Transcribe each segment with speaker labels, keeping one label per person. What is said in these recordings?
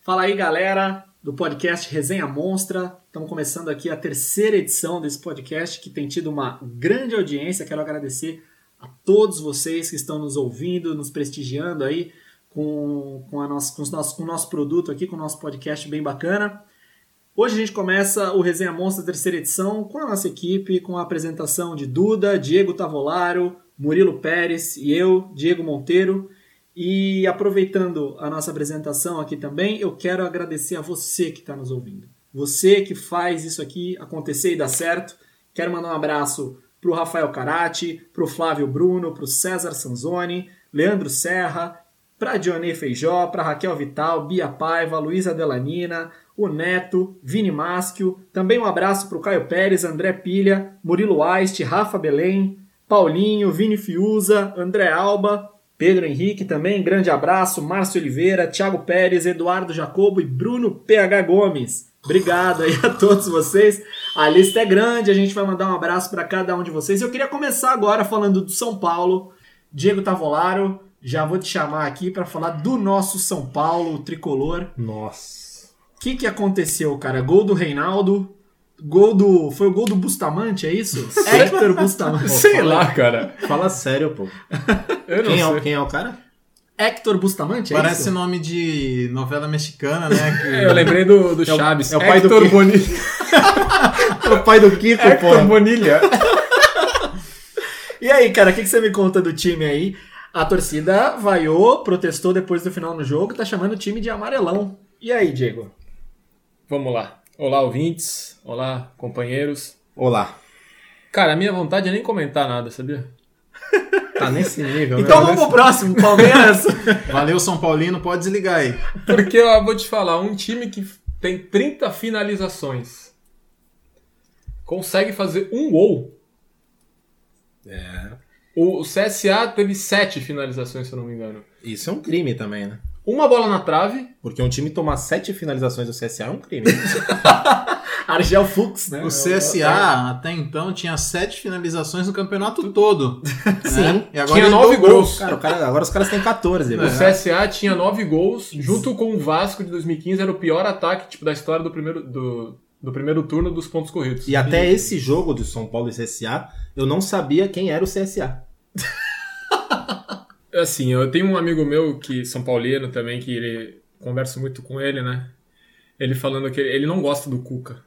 Speaker 1: Fala aí, galera do podcast Resenha Monstra. Estamos começando aqui a terceira edição desse podcast que tem tido uma grande audiência. Quero agradecer a todos vocês que estão nos ouvindo, nos prestigiando aí com, com, a nossa, com, os nossos, com o nosso produto aqui, com o nosso podcast bem bacana. Hoje a gente começa o Resenha Monstra terceira edição com a nossa equipe, com a apresentação de Duda, Diego Tavolaro, Murilo Pérez e eu, Diego Monteiro. E aproveitando a nossa apresentação aqui também, eu quero agradecer a você que está nos ouvindo. Você que faz isso aqui acontecer e dar certo. Quero mandar um abraço para o Rafael Carati, para o Flávio Bruno, para o César Sanzoni, Leandro Serra, para Dionê Feijó, para Raquel Vital, Bia Paiva, Luísa Delanina, o Neto, Vini Maschio. Também um abraço para o Caio Pérez, André Pilha, Murilo Aist, Rafa Belém, Paulinho, Vini Fiuza, André Alba, Pedro Henrique também, grande abraço. Márcio Oliveira, Thiago Pérez, Eduardo Jacobo e Bruno PH Gomes. Obrigado aí a todos vocês. A lista é grande, a gente vai mandar um abraço para cada um de vocês. Eu queria começar agora falando do São Paulo. Diego Tavolaro, já vou te chamar aqui para falar do nosso São Paulo, o tricolor.
Speaker 2: Nossa.
Speaker 1: O que, que aconteceu, cara? Gol do Reinaldo, Gol do. Foi o gol do Bustamante, é isso? Hector Bustamante.
Speaker 2: Sei lá, cara.
Speaker 3: Fala sério, pô.
Speaker 2: Eu não
Speaker 3: Quem é,
Speaker 2: sei.
Speaker 3: o- quem é o cara?
Speaker 1: Hector Bustamante, é
Speaker 3: Parece
Speaker 1: isso?
Speaker 3: nome de novela mexicana, né?
Speaker 2: É, Eu lembrei do, do
Speaker 3: o-
Speaker 2: Chaves.
Speaker 3: é o pai do
Speaker 2: Hector
Speaker 3: quê?
Speaker 2: Bonilha.
Speaker 3: o pai do Kiko,
Speaker 2: Hector Bonilha.
Speaker 1: E aí, cara, o que, que você me conta do time aí? A torcida vaiou, protestou depois do final no jogo, tá chamando o time de amarelão. E aí, Diego?
Speaker 2: Vamos lá. Olá, ouvintes. Olá, companheiros.
Speaker 3: Olá.
Speaker 2: Cara, a minha vontade é nem comentar nada, sabia?
Speaker 3: Tá nesse nível,
Speaker 1: Então
Speaker 3: né?
Speaker 1: vamos pro próximo, Palmeiras.
Speaker 3: Valeu, São Paulino, pode desligar aí.
Speaker 2: Porque eu vou te falar, um time que tem 30 finalizações consegue fazer um gol. É. O CSA teve 7 finalizações, se eu não me engano.
Speaker 3: Isso é um crime também, né?
Speaker 2: Uma bola na trave.
Speaker 3: Porque um time tomar sete finalizações do CSA é um crime.
Speaker 1: Argel Fux, né?
Speaker 4: O CSA até então tinha sete finalizações no campeonato todo. Né?
Speaker 3: Sim.
Speaker 4: E agora
Speaker 2: Tinha
Speaker 4: ele
Speaker 2: 9
Speaker 4: dobrou.
Speaker 2: gols.
Speaker 3: um Cara, É. o cara, agora os caras têm 14.
Speaker 2: O
Speaker 3: velho.
Speaker 2: CSA tinha 9 gols, junto com o Vasco de 2015, era o pior ataque tipo, da história do primeiro, do, do primeiro turno dos pontos corridos.
Speaker 3: E até esse jogo do São Paulo e CSA, eu não sabia quem era o CSA.
Speaker 2: Assim, eu tenho um amigo meu que São Paulino também, que ele converso muito com ele, né? Ele falando que ele, ele não gosta do Cuca.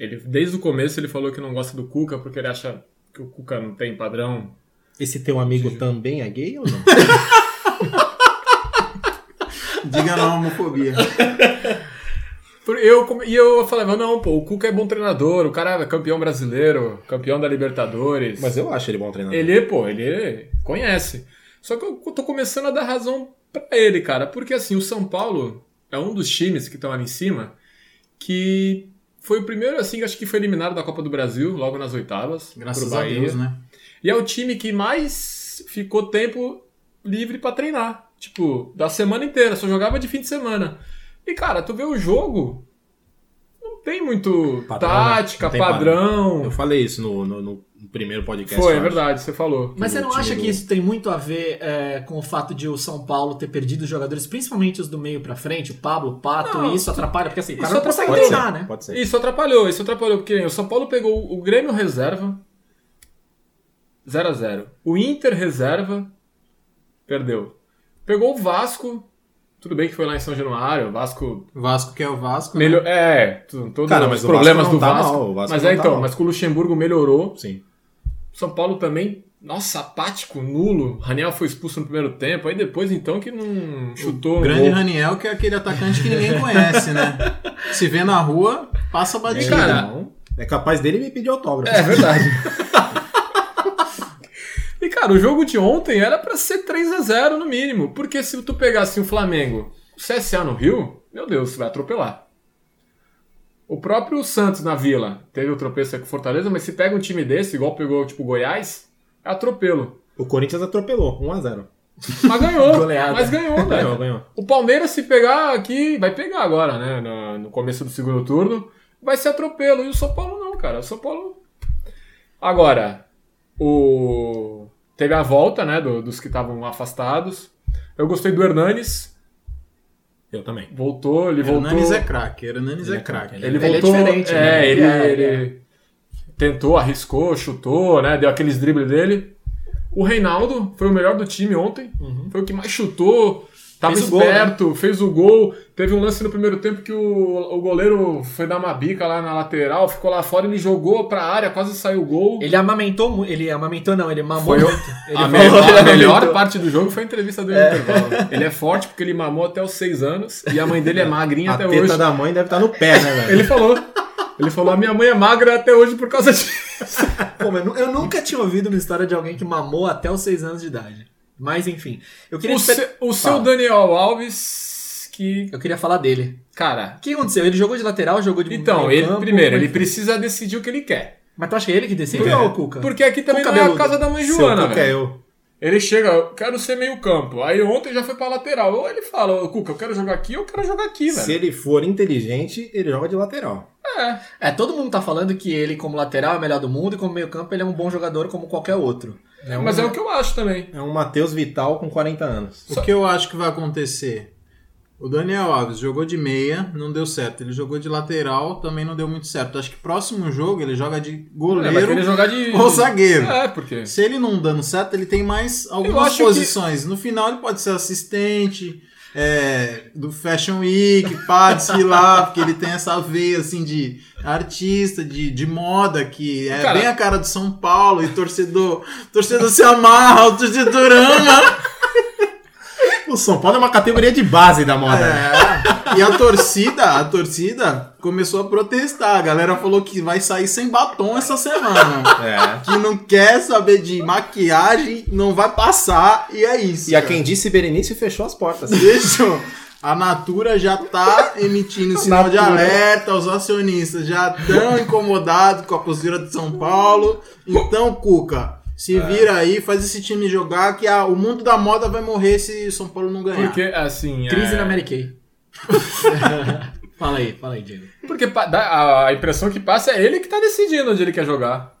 Speaker 2: Ele, desde o começo ele falou que não gosta do Cuca porque ele acha que o Cuca não tem padrão.
Speaker 3: Esse teu amigo também é gay ou não?
Speaker 4: Diga não à homofobia.
Speaker 2: Por- Eu, come- e eu falava, não, pô, o Cuca é bom treinador, o cara é campeão brasileiro, campeão da Libertadores.
Speaker 3: Mas eu acho ele bom treinador.
Speaker 2: Ele, pô, ele conhece. Só que eu tô começando a dar razão pra ele, cara. Porque, assim, o São Paulo é um dos times que estão ali em cima que foi o primeiro, assim, acho que foi eliminado da Copa do Brasil, logo nas oitavas.
Speaker 4: Graças
Speaker 2: pro
Speaker 4: a
Speaker 2: Bahia.
Speaker 4: Deus, né?
Speaker 2: E é o time que mais ficou tempo livre pra treinar. Tipo, da semana inteira, só jogava de fim de semana. E, cara, tu vê o jogo, não tem muito
Speaker 3: Padrão, né?
Speaker 2: tática,
Speaker 3: Não tem
Speaker 2: padrão.
Speaker 3: Eu falei isso no, no- no primeiro podcast.
Speaker 2: Foi,
Speaker 3: eu
Speaker 2: é
Speaker 3: acho.
Speaker 2: verdade, você falou.
Speaker 1: Mas você não
Speaker 3: O time
Speaker 1: acha
Speaker 3: do-
Speaker 1: que isso tem muito a ver é, com o fato de o São Paulo ter perdido os jogadores, principalmente os do meio pra frente, o Pablo, o Pato,
Speaker 2: Não,
Speaker 1: e isso atrapalha, porque assim, o cara
Speaker 2: isso
Speaker 1: não consegue
Speaker 2: atrapalha.
Speaker 1: treinar, né?
Speaker 3: é Pode ser.
Speaker 2: Isso atrapalhou, isso atrapalhou, porque o São Paulo pegou o Grêmio reserva 0 a 0 O Inter reserva perdeu. Pegou o Vasco, tudo bem que foi lá em São Januário, o Vasco
Speaker 4: Vasco que é o Vasco. né?
Speaker 2: melhor, é, tu- todos
Speaker 3: Cara, mas
Speaker 2: os
Speaker 3: o
Speaker 2: problemas
Speaker 3: Vasco não
Speaker 2: do
Speaker 3: tá
Speaker 2: Vasco,
Speaker 3: mal, o Vasco
Speaker 2: mas
Speaker 3: não
Speaker 2: é
Speaker 3: tá
Speaker 2: então,
Speaker 3: mal.
Speaker 2: mas com o Luxemburgo melhorou.
Speaker 3: Sim.
Speaker 2: São Paulo também, nossa, apático, nulo. Raniel foi expulso no primeiro tempo, aí depois então que não chutou um
Speaker 4: Grande
Speaker 3: Uhum.
Speaker 2: gol.
Speaker 4: Raniel, que é aquele atacante que ninguém conhece, né? Se vê na rua, passa
Speaker 3: É,
Speaker 4: batido.
Speaker 2: cara,
Speaker 3: então, é capaz dele me pedir autógrafo.
Speaker 2: É verdade. e cara, o jogo de ontem era pra ser 3 a 0 no mínimo, porque se tu pegasse o Flamengo, o CSA no Rio, meu Deus, vai atropelar. O próprio Santos na Vila teve o tropeço aí com o Fortaleza, mas se pega um time desse, igual pegou tipo Goiás, é atropelo.
Speaker 3: O Corinthians atropelou, 1x0.
Speaker 2: Mas ganhou,
Speaker 1: Goleada.
Speaker 2: mas ganhou, velho.
Speaker 3: Ganhou, ganhou.
Speaker 2: O Palmeiras, se pegar aqui, vai pegar agora, né? na- No, começo do segundo turno, vai ser atropelo. E o São Paulo não, cara. O São Paulo. Agora, o. Teve a volta, né? do- dos que estavam afastados. Eu gostei do Hernanes.
Speaker 3: Eu também.
Speaker 2: Voltou, ele voltou.
Speaker 4: Hernanes é craque, Hernanes é craque.
Speaker 2: Ele
Speaker 1: Ele é
Speaker 2: voltou.
Speaker 1: diferente,
Speaker 2: é,
Speaker 1: né?
Speaker 2: ele,
Speaker 1: É,
Speaker 2: ele tentou, arriscou, chutou, né? Deu aqueles dribles dele. O Reinaldo foi o melhor do time ontem. Foi o que mais chutou. Tava
Speaker 1: Uhum. Fez o gol, né?
Speaker 2: esperto, fez o gol. Teve um lance no primeiro tempo que o, o goleiro foi dar uma bica lá na lateral, ficou lá fora, ele jogou pra área, quase saiu o gol.
Speaker 1: Ele amamentou muito. Ele amamentou, não, ele mamou
Speaker 2: Foi o-
Speaker 1: muito. Ele
Speaker 2: a
Speaker 1: falou-
Speaker 2: melhor, a
Speaker 1: ele
Speaker 2: melhor
Speaker 1: amamentou.
Speaker 2: parte do jogo foi a entrevista dele no intervalo. Ele é forte porque ele mamou até os seis anos e a mãe dele é magrinha
Speaker 3: A
Speaker 2: até
Speaker 3: teta
Speaker 2: hoje.
Speaker 3: da mãe deve estar no pé, né, velho?
Speaker 2: Ele falou. Ele falou, a minha mãe é magra até hoje por causa disso.
Speaker 1: Pô, mas eu nu- eu nunca tinha ouvido uma história de alguém que mamou até os seis anos de idade. Mas enfim, eu queria,
Speaker 2: O,
Speaker 1: esper-
Speaker 2: se- o seu Daniel Alves, que.
Speaker 1: eu queria falar dele.
Speaker 2: Cara.
Speaker 1: O que aconteceu? Ele jogou de lateral, jogou de
Speaker 2: Então,
Speaker 1: meio
Speaker 2: ele
Speaker 1: campo,
Speaker 2: primeiro,
Speaker 1: mas-
Speaker 2: ele precisa decidir o que ele quer.
Speaker 1: Mas tu acha que é ele que decidiu ou o Cuca?
Speaker 2: Porque aqui também
Speaker 1: Com
Speaker 2: não é a
Speaker 1: cabeludo.
Speaker 2: casa da mãe
Speaker 3: Seu
Speaker 2: Joana,
Speaker 3: Cuca é
Speaker 2: velho.
Speaker 3: eu.
Speaker 2: Ele chega, eu quero ser meio campo. Aí ontem já foi pra lateral. Ou ele fala, ô, Cuca, eu quero jogar aqui, eu quero jogar aqui,
Speaker 3: Se
Speaker 2: velho.
Speaker 3: ele for inteligente, ele joga de lateral.
Speaker 2: É.
Speaker 1: É, todo mundo tá falando que ele, como lateral, é o melhor do mundo e como meio campo ele é um bom jogador como qualquer outro.
Speaker 3: É um,
Speaker 2: Mas é o que eu acho também.
Speaker 3: é um Matheus Vital com 40 anos.
Speaker 4: O que eu acho que vai acontecer? O Daniel Alves jogou de meia, não deu certo. Ele jogou de lateral, também não deu muito certo. Acho que próximo jogo ele joga de
Speaker 2: É, vai
Speaker 4: goleiro
Speaker 2: querer jogar de.
Speaker 4: ou zagueiro.
Speaker 2: É, porque.
Speaker 4: Se ele não dando certo, ele tem mais
Speaker 2: Eu
Speaker 4: algumas
Speaker 2: acho que-
Speaker 4: posições. No final ele pode ser assistente é, do Fashion Week, pá, desfilar, porque ele tem essa veia assim de artista, de, de moda, que é
Speaker 2: Cara-
Speaker 4: bem a cara de São Paulo e torcedor. Torcedor se amarra, o torcedor ama.
Speaker 3: O São Paulo é uma categoria de base da moda. né?
Speaker 4: É. E a torcida, a torcida começou a protestar. A galera falou que vai sair sem batom essa semana.
Speaker 3: É.
Speaker 4: que não quer saber de maquiagem, não vai passar, e é isso.
Speaker 3: E a
Speaker 4: cara.
Speaker 3: quem disse Berenice fechou as portas.
Speaker 4: Isso. A Natura já tá emitindo sinal de
Speaker 3: Natura.
Speaker 4: alerta, os acionistas já estão incomodados com a postura de São Paulo. Então, Cuca,
Speaker 3: É.
Speaker 4: se vira aí, faz esse time jogar que ah, o mundo da moda vai morrer se São Paulo não ganhar.
Speaker 2: Porque, assim.
Speaker 1: Crise
Speaker 2: é...
Speaker 1: na Mary Kay. fala aí, fala aí, Diego.
Speaker 2: Porque pa- dá- a impressão que passa é ele que tá decidindo onde ele quer jogar.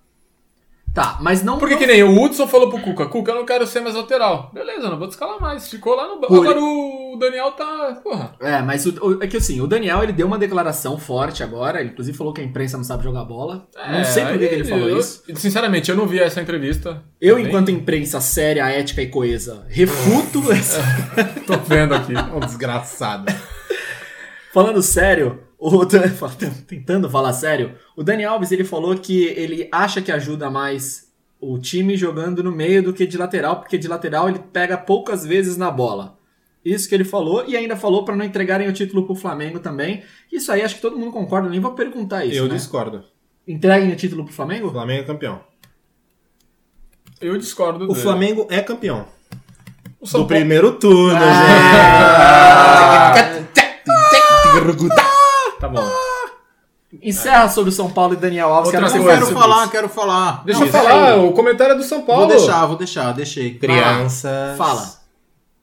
Speaker 1: Tá, mas não.
Speaker 2: Porque que nem o Hudson falou pro Cuca, Cuca, eu não quero ser mais lateral. Beleza, não vou descalar mais. Ficou lá no banco.
Speaker 1: Por-
Speaker 2: Agora o Daniel tá. Porra.
Speaker 1: É, mas o, o- é que assim, o Daniel ele deu uma declaração forte agora, ele inclusive falou que a imprensa não sabe jogar bola. não
Speaker 2: É,
Speaker 1: sei por que
Speaker 2: aí
Speaker 1: que ele falou
Speaker 2: eu-
Speaker 1: isso.
Speaker 2: Sinceramente, eu não vi essa entrevista.
Speaker 1: Eu,
Speaker 2: Também
Speaker 1: enquanto imprensa séria, ética e coesa, refuto
Speaker 2: É.
Speaker 1: essa.
Speaker 2: Tô vendo aqui.
Speaker 3: É um desgraçado.
Speaker 1: Falando sério, o Dan- tentando falar sério, o Dani Alves ele falou que ele acha que ajuda mais o time jogando no meio do que de lateral, porque de lateral ele pega poucas vezes na bola. Isso que ele falou e ainda falou pra não entregarem o título pro Flamengo também. Isso aí acho que todo mundo concorda, nem vou perguntar isso.
Speaker 3: eu
Speaker 1: né?
Speaker 3: discordo.
Speaker 1: Entreguem o título pro
Speaker 3: O
Speaker 1: Flamengo?
Speaker 3: Flamengo é campeão.
Speaker 2: Eu discordo
Speaker 3: O
Speaker 2: dele.
Speaker 3: Flamengo é campeão.
Speaker 2: O São
Speaker 3: Do
Speaker 2: Paulo-
Speaker 3: primeiro turno,
Speaker 2: Ah! Tá bom.
Speaker 1: Encerra sobre o São Paulo e Daniel Alves, que
Speaker 2: Outra
Speaker 1: era
Speaker 4: Eu
Speaker 1: mais
Speaker 4: quero
Speaker 1: sobre
Speaker 4: falar,
Speaker 1: isso.
Speaker 4: quero falar.
Speaker 2: Deixa
Speaker 4: Não,
Speaker 2: eu falar, o comentário é do São Paulo.
Speaker 4: Vou deixar, vou deixar, deixei.
Speaker 3: gente. Crianças.
Speaker 1: Fala.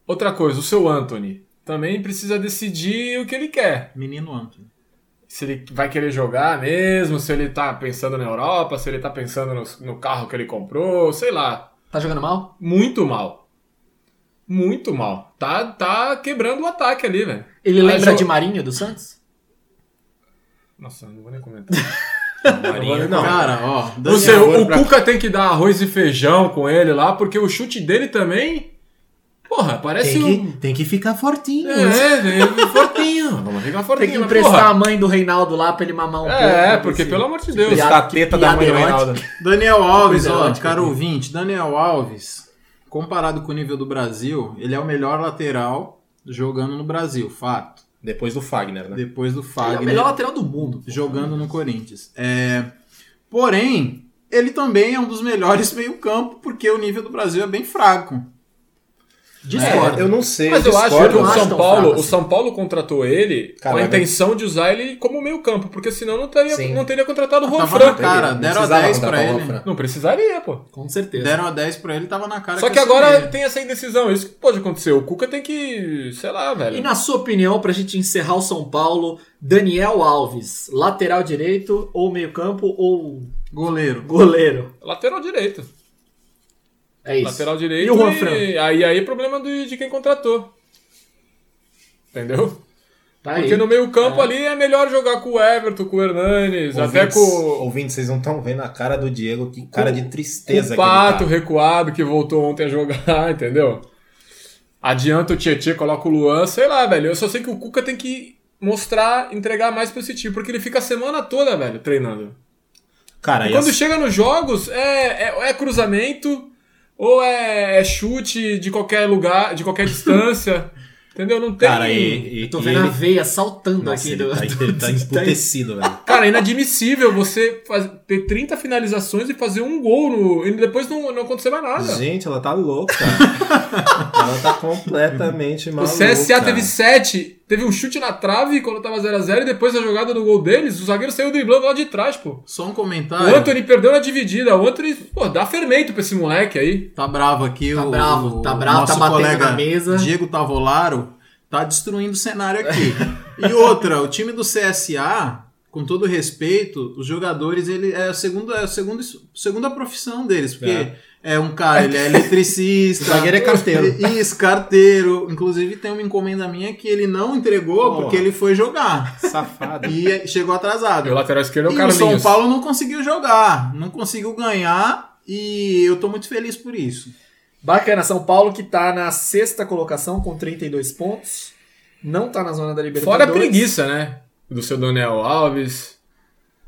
Speaker 2: Outra coisa, o seu Anthony também precisa decidir o que ele quer.
Speaker 4: Menino Antônio.
Speaker 2: se ele vai querer jogar mesmo, se ele tá pensando na Europa, se ele tá pensando no, no carro que ele comprou, sei lá.
Speaker 1: Tá jogando mal?
Speaker 2: Muito mal. Muito mal. Tá, tá quebrando o ataque ali, velho.
Speaker 1: Ele
Speaker 2: Ah,
Speaker 1: lembra
Speaker 2: jo-
Speaker 1: de Marinho do Santos?
Speaker 2: Nossa, não vou nem comentar.
Speaker 3: Marinho, não.
Speaker 4: Cara, ó.
Speaker 2: Não sei,
Speaker 4: Daniel-
Speaker 2: o, o Cuca tem que dar arroz e feijão com ele lá, porque o chute dele também. Porra, parece um.
Speaker 3: tem que ficar fortinho.
Speaker 2: É, é, é, fortinho. Vamos ligar fortinho. né?
Speaker 1: Tem que
Speaker 2: mas,
Speaker 1: emprestar
Speaker 2: porra.
Speaker 1: a mãe do Reinaldo lá pra ele mamar um pouco.
Speaker 2: É, porque pelo amor de Deus.
Speaker 1: piada-
Speaker 3: Está a teta da mãe do
Speaker 1: piada
Speaker 3: Reinaldo.
Speaker 4: Daniel
Speaker 3: é,
Speaker 4: Alves,
Speaker 1: Coisa
Speaker 4: ó,
Speaker 1: ótima.
Speaker 4: cara ouvinte, Daniel Alves, comparado com o nível do Brasil, ele é o melhor lateral jogando no Brasil, fato.
Speaker 3: Depois do Fagner, né?
Speaker 4: Depois do
Speaker 1: Ele
Speaker 4: Fagner
Speaker 1: é o melhor lateral do mundo.
Speaker 4: jogando no Corinthians. É, porém, ele também é um dos melhores meio-campo, porque o nível do Brasil é bem fraco.
Speaker 1: Discordo.
Speaker 3: É, eu não sei.
Speaker 2: Mas eu acho
Speaker 3: discordo,
Speaker 2: que o
Speaker 1: não acho
Speaker 2: São
Speaker 1: tão
Speaker 2: Paulo,
Speaker 1: fraco
Speaker 2: o
Speaker 1: assim.
Speaker 2: São Paulo contratou ele com a
Speaker 3: Caralho.
Speaker 2: intenção de usar ele como meio campo, porque senão não teria,
Speaker 3: Sim.
Speaker 2: não teria
Speaker 1: Ah,
Speaker 2: contratado o
Speaker 4: Tava
Speaker 2: Juan
Speaker 4: na cara,
Speaker 3: Não
Speaker 4: deram a
Speaker 3: precisava
Speaker 4: 10 pra
Speaker 3: contratar o
Speaker 4: ele.
Speaker 3: Juanfran.
Speaker 2: Não precisaria, pô.
Speaker 1: Com certeza.
Speaker 4: Deram a 10 pra ele, tava na cara
Speaker 2: Só que
Speaker 4: ia ser
Speaker 2: agora
Speaker 4: ele.
Speaker 2: tem essa indecisão, isso que pode acontecer. O Cuca tem que, sei lá,
Speaker 1: E
Speaker 2: velho.
Speaker 1: na sua opinião, pra gente encerrar o São Paulo, Daniel Alves, lateral direito, ou meio campo, ou
Speaker 4: Goleiro.
Speaker 1: goleiro?
Speaker 2: Lateral direito.
Speaker 1: É isso.
Speaker 2: Lateral direito.
Speaker 1: E o Juanfran?
Speaker 2: Aí aí é problema do- de quem contratou. Entendeu?
Speaker 1: Tá
Speaker 2: Porque
Speaker 1: aí.
Speaker 2: no meio-campo ali é melhor jogar com o Everton, com o Hernanes, até
Speaker 3: Ouvintes-
Speaker 2: com o-
Speaker 3: Ouvintes, vocês não estão vendo a cara do Diego, que cara de
Speaker 2: com
Speaker 3: tristeza
Speaker 2: o
Speaker 3: que ele
Speaker 2: Pato
Speaker 3: tá.
Speaker 2: recuado que voltou ontem a jogar, entendeu? Adianta o Tietchan, coloca o Luan, sei lá, velho. Eu só sei que o Cuca tem que mostrar, entregar mais pra esse time, porque ele fica a semana toda, velho, treinando.
Speaker 3: Cara,
Speaker 2: E
Speaker 3: e
Speaker 2: quando
Speaker 3: as-
Speaker 2: chega nos jogos, é, é, é cruzamento ou é, é chute de qualquer lugar, de qualquer distância. entendeu? Não tem.
Speaker 3: cara, e, e,
Speaker 1: Eu tô
Speaker 3: e
Speaker 1: vendo a
Speaker 3: ele...
Speaker 1: veia saltando aqui
Speaker 3: Nossa, ele
Speaker 1: do.
Speaker 3: tá,
Speaker 1: do-
Speaker 3: ele tá
Speaker 1: do-
Speaker 3: emputecido, velho.
Speaker 2: Cara, é inadmissível você faz- ter 30 finalizações e fazer um gol no, e depois não, não acontecer mais nada.
Speaker 3: Gente, ela tá louca. ela tá completamente
Speaker 2: o
Speaker 3: maluca.
Speaker 2: CSA teve 7, teve um chute na trave quando tava 0x0 e depois da jogada do gol deles, o zagueiro saiu driblando lá de trás, pô.
Speaker 4: Só um
Speaker 2: O
Speaker 4: comentário.
Speaker 2: Anthony perdeu na dividida, o Anthony, pô, dá fermento pra esse moleque aí.
Speaker 4: Tá bravo aqui,
Speaker 1: Tá
Speaker 4: o.
Speaker 1: bravo, tá
Speaker 4: o
Speaker 1: bravo,
Speaker 4: nosso
Speaker 1: tá batendo
Speaker 4: colega
Speaker 1: na mesa.
Speaker 4: Diego Tavolaro tá destruindo o cenário aqui. e outra, o time do CSA, com todo respeito, os jogadores, ele é a segunda, é a segunda, segunda profissão deles, porque é,
Speaker 3: É.
Speaker 4: um cara, ele é
Speaker 3: O
Speaker 4: eletricista.
Speaker 3: zagueiro é carteiro.
Speaker 4: e- Isso, carteiro. Inclusive, tem uma encomenda minha que ele não entregou
Speaker 3: Porra.
Speaker 4: porque ele foi jogar.
Speaker 3: Safado.
Speaker 4: E é- chegou atrasado.
Speaker 2: O lateral esquerdo é o
Speaker 4: E o
Speaker 2: Carlinhos.
Speaker 4: São Paulo não conseguiu jogar, não conseguiu ganhar e eu tô muito feliz por isso.
Speaker 1: Bacana, São Paulo que tá na sexta colocação com 32 pontos. Não tá na zona da
Speaker 2: Fora
Speaker 1: Libertadores.
Speaker 2: a preguiça, né? Do seu Daniel Alves.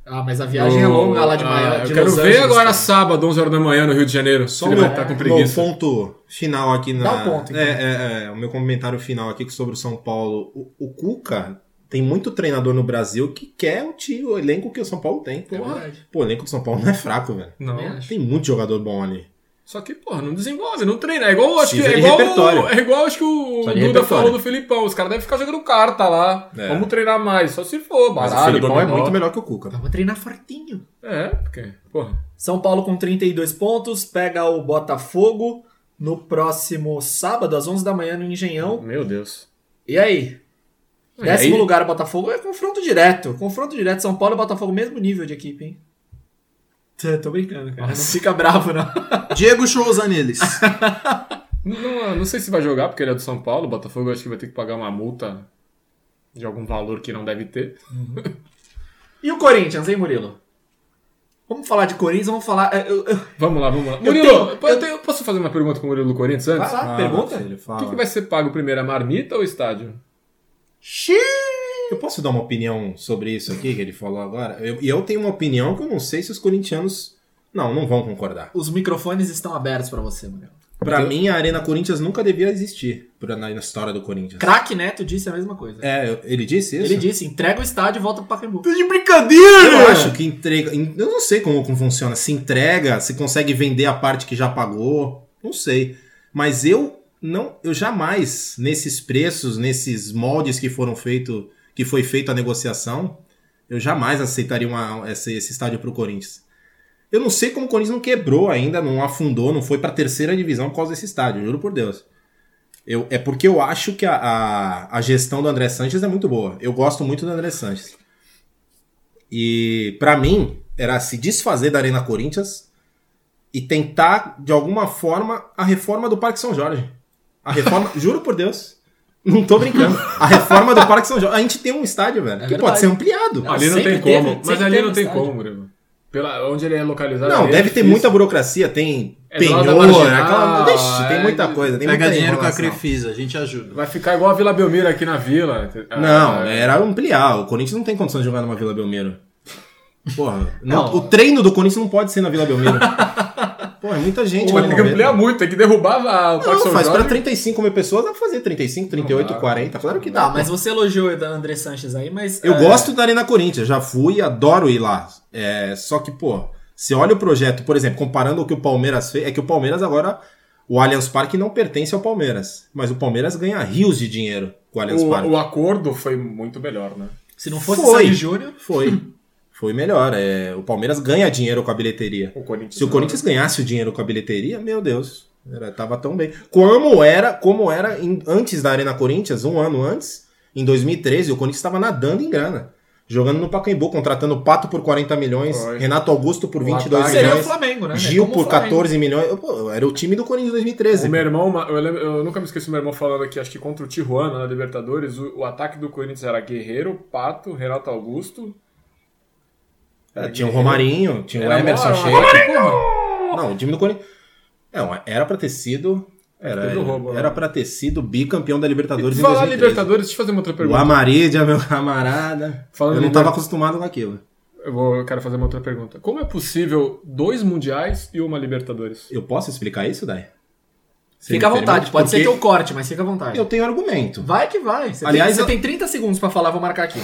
Speaker 1: Ah, mas a viagem é
Speaker 2: Do-
Speaker 1: longa lá de
Speaker 2: Ah,
Speaker 1: Miami. de
Speaker 2: eu quero
Speaker 1: Los
Speaker 2: ver
Speaker 1: Angeles, tá?
Speaker 2: agora
Speaker 1: cara.
Speaker 2: sábado, 11 horas da manhã, no Rio de Janeiro.
Speaker 3: Só
Speaker 2: se
Speaker 3: o
Speaker 2: ele vai
Speaker 3: meu,
Speaker 2: estar com
Speaker 3: meu
Speaker 2: preguiça.
Speaker 3: ponto final aqui na.
Speaker 1: Dá o ponto, então.
Speaker 3: É, é, é, o meu comentário final aqui sobre o São Paulo. O, o Cuca tem muito treinador no Brasil que quer o, time, o elenco que o São Paulo tem.
Speaker 1: É
Speaker 3: Porra.
Speaker 1: verdade.
Speaker 3: Pô, o elenco do São Paulo não é fraco, velho.
Speaker 1: Também né? acho.
Speaker 3: Tem muito jogador bom ali.
Speaker 2: Só que, porra, não desenvolve, não treina. É igual, acho que,
Speaker 3: Precisa
Speaker 2: é
Speaker 3: de
Speaker 2: igual,
Speaker 3: repertório.
Speaker 2: é igual acho que o
Speaker 3: Só de
Speaker 2: Duda
Speaker 3: repertório.
Speaker 2: falou do Filipão. Os caras devem ficar jogando carta lá.
Speaker 3: É.
Speaker 2: Vamos treinar mais, só se for.
Speaker 3: Mas
Speaker 2: Baralho,
Speaker 3: o Filipão é
Speaker 2: dominó.
Speaker 3: muito melhor que o Cuca.
Speaker 1: Vamos treinar fortinho.
Speaker 2: É, porque, porra.
Speaker 1: São Paulo com 32 pontos, pega o Botafogo no próximo sábado, às 11 da manhã, no Engenhão.
Speaker 2: Meu Deus.
Speaker 1: E aí?
Speaker 2: E
Speaker 1: Décimo
Speaker 2: aí?
Speaker 1: lugar, o Botafogo é confronto direto. Confronto direto, São Paulo e Botafogo, mesmo nível de equipe, hein? Tô- Tô brincando, cara. Não fica bravo, não.
Speaker 4: Diego Souza neles.
Speaker 2: Não, não- não sei se vai jogar, porque ele é do São Paulo. O Botafogo acho que vai ter que pagar uma multa de algum valor que não deve ter.
Speaker 1: E o Corinthians, hein, Murilo? Vamos falar de Corinthians, vamos falar. é, eu- eu-
Speaker 2: Vamos lá, vamos lá.
Speaker 1: Eu
Speaker 2: Murilo,
Speaker 1: tenho-
Speaker 2: eu tenho- posso fazer uma pergunta com o Murilo do Corinthians antes?
Speaker 1: Vai lá,
Speaker 3: Fala,
Speaker 1: Ah, pergunta.
Speaker 3: filho,
Speaker 2: O
Speaker 3: Ah, fala.
Speaker 2: que, que vai ser pago primeiro, a marmita ou o estádio?
Speaker 3: Eu posso dar uma opinião sobre isso aqui que ele falou agora? Eu- E eu, tenho uma opinião que eu não sei se os corintianos. Não, não vão concordar.
Speaker 1: Os microfones estão abertos pra você, Murilo.
Speaker 3: Pra
Speaker 2: Eu-
Speaker 3: mim, a Arena Corinthians nunca devia existir pra- na na história do Corinthians.
Speaker 1: Craque Neto disse a mesma coisa.
Speaker 3: É, eu- ele disse isso?
Speaker 1: Ele disse: entrega o estádio e volta pro Pacaembu.
Speaker 4: Tô de brincadeira!
Speaker 3: Eu acho que entrega. Eu não sei como, como funciona. Se entrega, se consegue vender a parte que já pagou. Não sei. Mas eu não. Eu jamais, nesses preços, nesses moldes que foram feitos, que foi feita a negociação, eu jamais aceitaria uma, esse, esse estádio pro Corinthians. Eu não sei como o Corinthians não quebrou ainda, não afundou, não foi pra terceira divisão por causa desse estádio, juro por Deus. Eu- é porque eu acho que a, a, a gestão do André Sanches é muito boa. Eu gosto muito do André Sanches. E pra mim era se desfazer da Arena Corinthians e tentar de alguma forma a reforma do Parque São Jorge. A reforma, juro por Deus, não tô brincando. A reforma do Parque São Jorge. A gente tem um estádio, velho, que
Speaker 1: verdade.
Speaker 3: pode ser ampliado.
Speaker 1: Não,
Speaker 2: ali não
Speaker 1: sempre
Speaker 2: tem
Speaker 1: teve,
Speaker 2: como.
Speaker 1: sempre
Speaker 2: mas ali
Speaker 1: teve
Speaker 2: não tem
Speaker 1: estádio.
Speaker 2: como, Murilo. Pela, onde ele é localizado.
Speaker 3: Não,
Speaker 2: ali é
Speaker 3: deve ter
Speaker 2: difícil.
Speaker 3: muita burocracia, tem
Speaker 2: É do lado da
Speaker 3: penhor,
Speaker 2: marginal,
Speaker 3: aquela- Vixe,
Speaker 2: é,
Speaker 3: tem muita coisa. Tem
Speaker 4: Pega
Speaker 3: muita
Speaker 4: dinheiro com a
Speaker 3: enrolação.
Speaker 4: Crefisa, a gente ajuda.
Speaker 2: Vai ficar igual a Vila Belmiro aqui na Vila.
Speaker 3: Não, é
Speaker 2: Ah,
Speaker 3: era ampliar. O Corinthians não tem condição de jogar numa Vila Belmiro. Porra, não,
Speaker 1: Não.
Speaker 3: o treino do Corinthians não pode ser na Vila Belmiro. Porra, é muita gente.
Speaker 2: Vai
Speaker 3: pra
Speaker 2: ter que
Speaker 3: mover.
Speaker 2: ampliar muito, tem que derrubar a- o Parque
Speaker 3: Não,
Speaker 2: São
Speaker 3: faz
Speaker 2: Jorge.
Speaker 3: pra 35 mil pessoas, dá pra fazer 35, 38,
Speaker 2: Não dá.
Speaker 3: 40. Claro que dá.
Speaker 1: Tá, mas você elogiou o André Sanches aí, mas.
Speaker 3: Eu
Speaker 1: é,
Speaker 3: gosto da Arena Corinthians, já fui, adoro ir lá. É, só que, pô, você olha o projeto, por exemplo, comparando o que o Palmeiras fez, é que o Palmeiras agora, o Allianz Parque não pertence ao Palmeiras, mas o Palmeiras ganha rios de dinheiro com o Allianz Parque.
Speaker 2: O, o acordo foi muito melhor, né?
Speaker 1: Se não fosse
Speaker 3: Foi.
Speaker 1: Sandy Júnior.
Speaker 3: Foi. Foi melhor. é, o Palmeiras ganha dinheiro com a bilheteria.
Speaker 2: O Corinthians.
Speaker 3: Se o
Speaker 2: não.
Speaker 3: Corinthians ganhasse o dinheiro com a bilheteria, meu Deus, era, tava tão bem. Como era, como era em- antes da Arena Corinthians, um ano antes, em 2013, o Corinthians estava nadando em grana. jogando no Pacaembu, contratando o Pato por 40 milhões,
Speaker 2: Foi.
Speaker 3: Renato Augusto por
Speaker 2: O
Speaker 3: 22
Speaker 2: ataque.
Speaker 1: Seria o
Speaker 3: milhões,
Speaker 1: Flamengo, né?
Speaker 3: Gil
Speaker 1: Como o
Speaker 3: por
Speaker 1: Flamengo.
Speaker 3: 14 milhões. Pô, era o time do Corinthians em 2013.
Speaker 2: O meu irmão, uma- eu, lembro- eu nunca me esqueci do meu irmão falando aqui, acho que contra o Tijuana na Libertadores, o, o ataque do Corinthians era Guerreiro, Pato, Renato Augusto.
Speaker 3: É, tinha o Romarinho, tinha o
Speaker 2: Era
Speaker 3: Emerson
Speaker 2: mó-
Speaker 3: Sheik.
Speaker 2: é
Speaker 3: Não, o time do Corinthians. Não, era pra ter sido. Era,
Speaker 2: Teve o roubo, né?
Speaker 3: era pra ter sido bicampeão da Libertadores em
Speaker 2: Falar
Speaker 3: 2013.
Speaker 2: Libertadores, deixa eu fazer uma outra
Speaker 3: O
Speaker 2: pergunta.
Speaker 3: Amarídia, meu camarada.
Speaker 2: Falando
Speaker 3: eu
Speaker 2: em
Speaker 3: não
Speaker 2: Liber-
Speaker 3: tava acostumado com aquilo.
Speaker 2: Eu, vou, eu quero fazer uma outra pergunta. Como é possível dois mundiais e uma Libertadores?
Speaker 3: Eu posso explicar isso, Dai? Você
Speaker 1: Fica à
Speaker 3: me permite?
Speaker 1: vontade, pode ser que
Speaker 3: Porque
Speaker 1: eu corte, mas fica à vontade.
Speaker 3: Eu tenho argumento.
Speaker 1: Vai que vai. Você,
Speaker 3: Aliás,
Speaker 1: tem, você
Speaker 3: eu-
Speaker 1: tem 30 segundos pra falar, vou marcar aqui.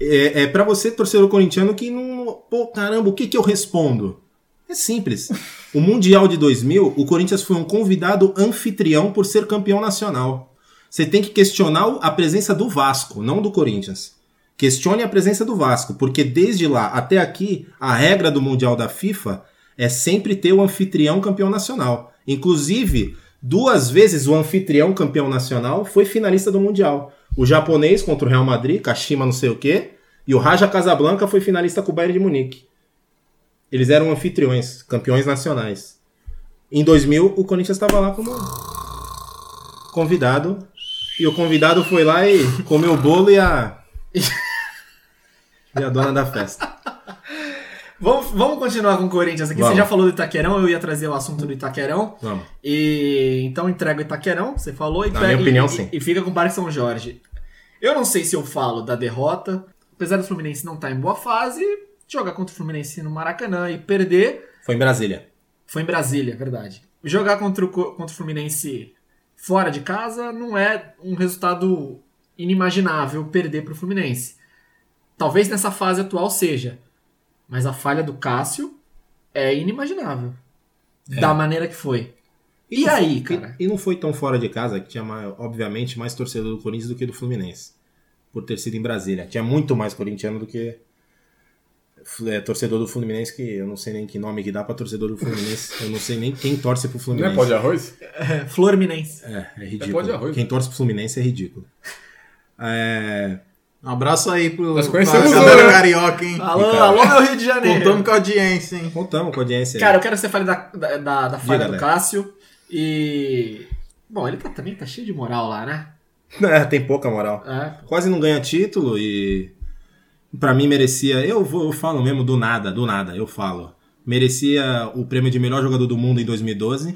Speaker 3: É, é para você, torcedor corintiano, que não. Pô, caramba, o que, que eu respondo? É simples. O Mundial de 2000, o Corinthians foi um convidado anfitrião por ser campeão nacional. Você tem que questionar o- a presença do Vasco, não do Corinthians. Questione a presença do Vasco, porque desde lá até aqui, a regra do Mundial da FIFA é sempre ter o anfitrião campeão nacional. Inclusive, duas vezes o anfitrião campeão nacional foi finalista do Mundial. O japonês contra o Real Madrid, Kashima não sei o quê, e o Raja Casablanca foi finalista com o Bayern de Munique. Eles eram anfitriões, campeões nacionais. Em 2000, o Corinthians estava lá como convidado, e o convidado foi lá e comeu o bolo e a... e a dona da festa.
Speaker 1: Vamos, vamos continuar com o Corinthians aqui.
Speaker 3: Vamos.
Speaker 1: Você já falou do Itaquerão, eu ia trazer o assunto do Itaquerão.
Speaker 3: Vamos.
Speaker 1: E então entrega o Itaquerão, você falou, e,
Speaker 3: Na
Speaker 1: pega-
Speaker 3: minha
Speaker 1: e-
Speaker 3: opinião,
Speaker 1: e-
Speaker 3: sim.
Speaker 1: e fica com o Parque São Jorge. Eu não sei se eu falo da derrota, apesar do Fluminense não estar em boa fase, jogar contra o Fluminense no Maracanã e perder
Speaker 3: Foi em Brasília.
Speaker 1: foi em Brasília, é verdade. Jogar contra o, Co- contra o Fluminense fora de casa não é um resultado inimaginável perder para o Fluminense. Talvez nessa fase atual seja, mas a falha do Cássio é inimaginável. Da maneira que foi. E,
Speaker 3: não
Speaker 1: aí,
Speaker 3: foi-
Speaker 1: cara?
Speaker 3: E não foi tão fora de casa que tinha, ma- obviamente, mais torcedor do Corinthians do que do Fluminense. Por ter sido em Brasília. Tinha muito mais corintiano do que fl- é, torcedor do Fluminense, que eu não sei nem que nome que dá pra torcedor do Fluminense. Eu não sei nem quem torce pro
Speaker 2: Não é
Speaker 3: Fluminense.
Speaker 2: pó de arroz?
Speaker 1: É, Florminense.
Speaker 3: É, é
Speaker 2: pó de
Speaker 3: ridículo.
Speaker 2: arroz.
Speaker 3: quem torce pro Fluminense é ridículo. É,
Speaker 4: Um abraço aí pro
Speaker 2: Nós conhecemos
Speaker 4: pra
Speaker 2: o-
Speaker 4: galera carioca, hein?
Speaker 1: Alô,
Speaker 3: cara.
Speaker 1: alô, meu Rio de Janeiro.
Speaker 4: Contamos com a audiência, hein?
Speaker 3: contamos com a audiência. aí.
Speaker 1: um Cara, eu quero que você fale da, da, da- da falha
Speaker 3: Diga,
Speaker 1: do
Speaker 3: Léo.
Speaker 1: Cássio. E. Bom, ele tá- também tá cheio de moral lá, né?
Speaker 3: É, tem pouca moral.
Speaker 1: É,
Speaker 3: Quase não ganha título e pra mim merecia. Eu vou, eu falo mesmo do nada, do nada, eu falo. Merecia o prêmio de melhor jogador do mundo em 2012.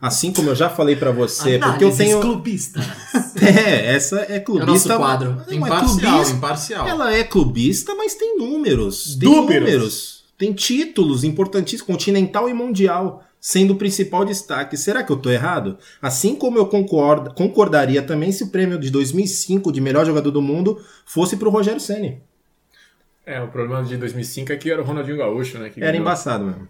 Speaker 3: Assim como eu já falei pra você, é porque eu
Speaker 1: Análises
Speaker 3: tenho
Speaker 1: clubistas.
Speaker 3: É, essa é clubista.
Speaker 1: É o nosso quadro.
Speaker 3: Não, é clubista.
Speaker 4: imparcial.
Speaker 3: Ela é clubista, mas tem números, tem
Speaker 2: Números.
Speaker 3: números, tem títulos importantíssimos continental e mundial, sendo o principal destaque. Será que eu tô errado? Assim como eu concordo, concordaria também se o prêmio de 2005 de melhor jogador do mundo fosse pro Rogério Ceni.
Speaker 2: É, o problema de 2005 é que era o Ronaldinho Gaúcho, né? que
Speaker 3: Era
Speaker 2: ganhou.
Speaker 3: embaçado mesmo.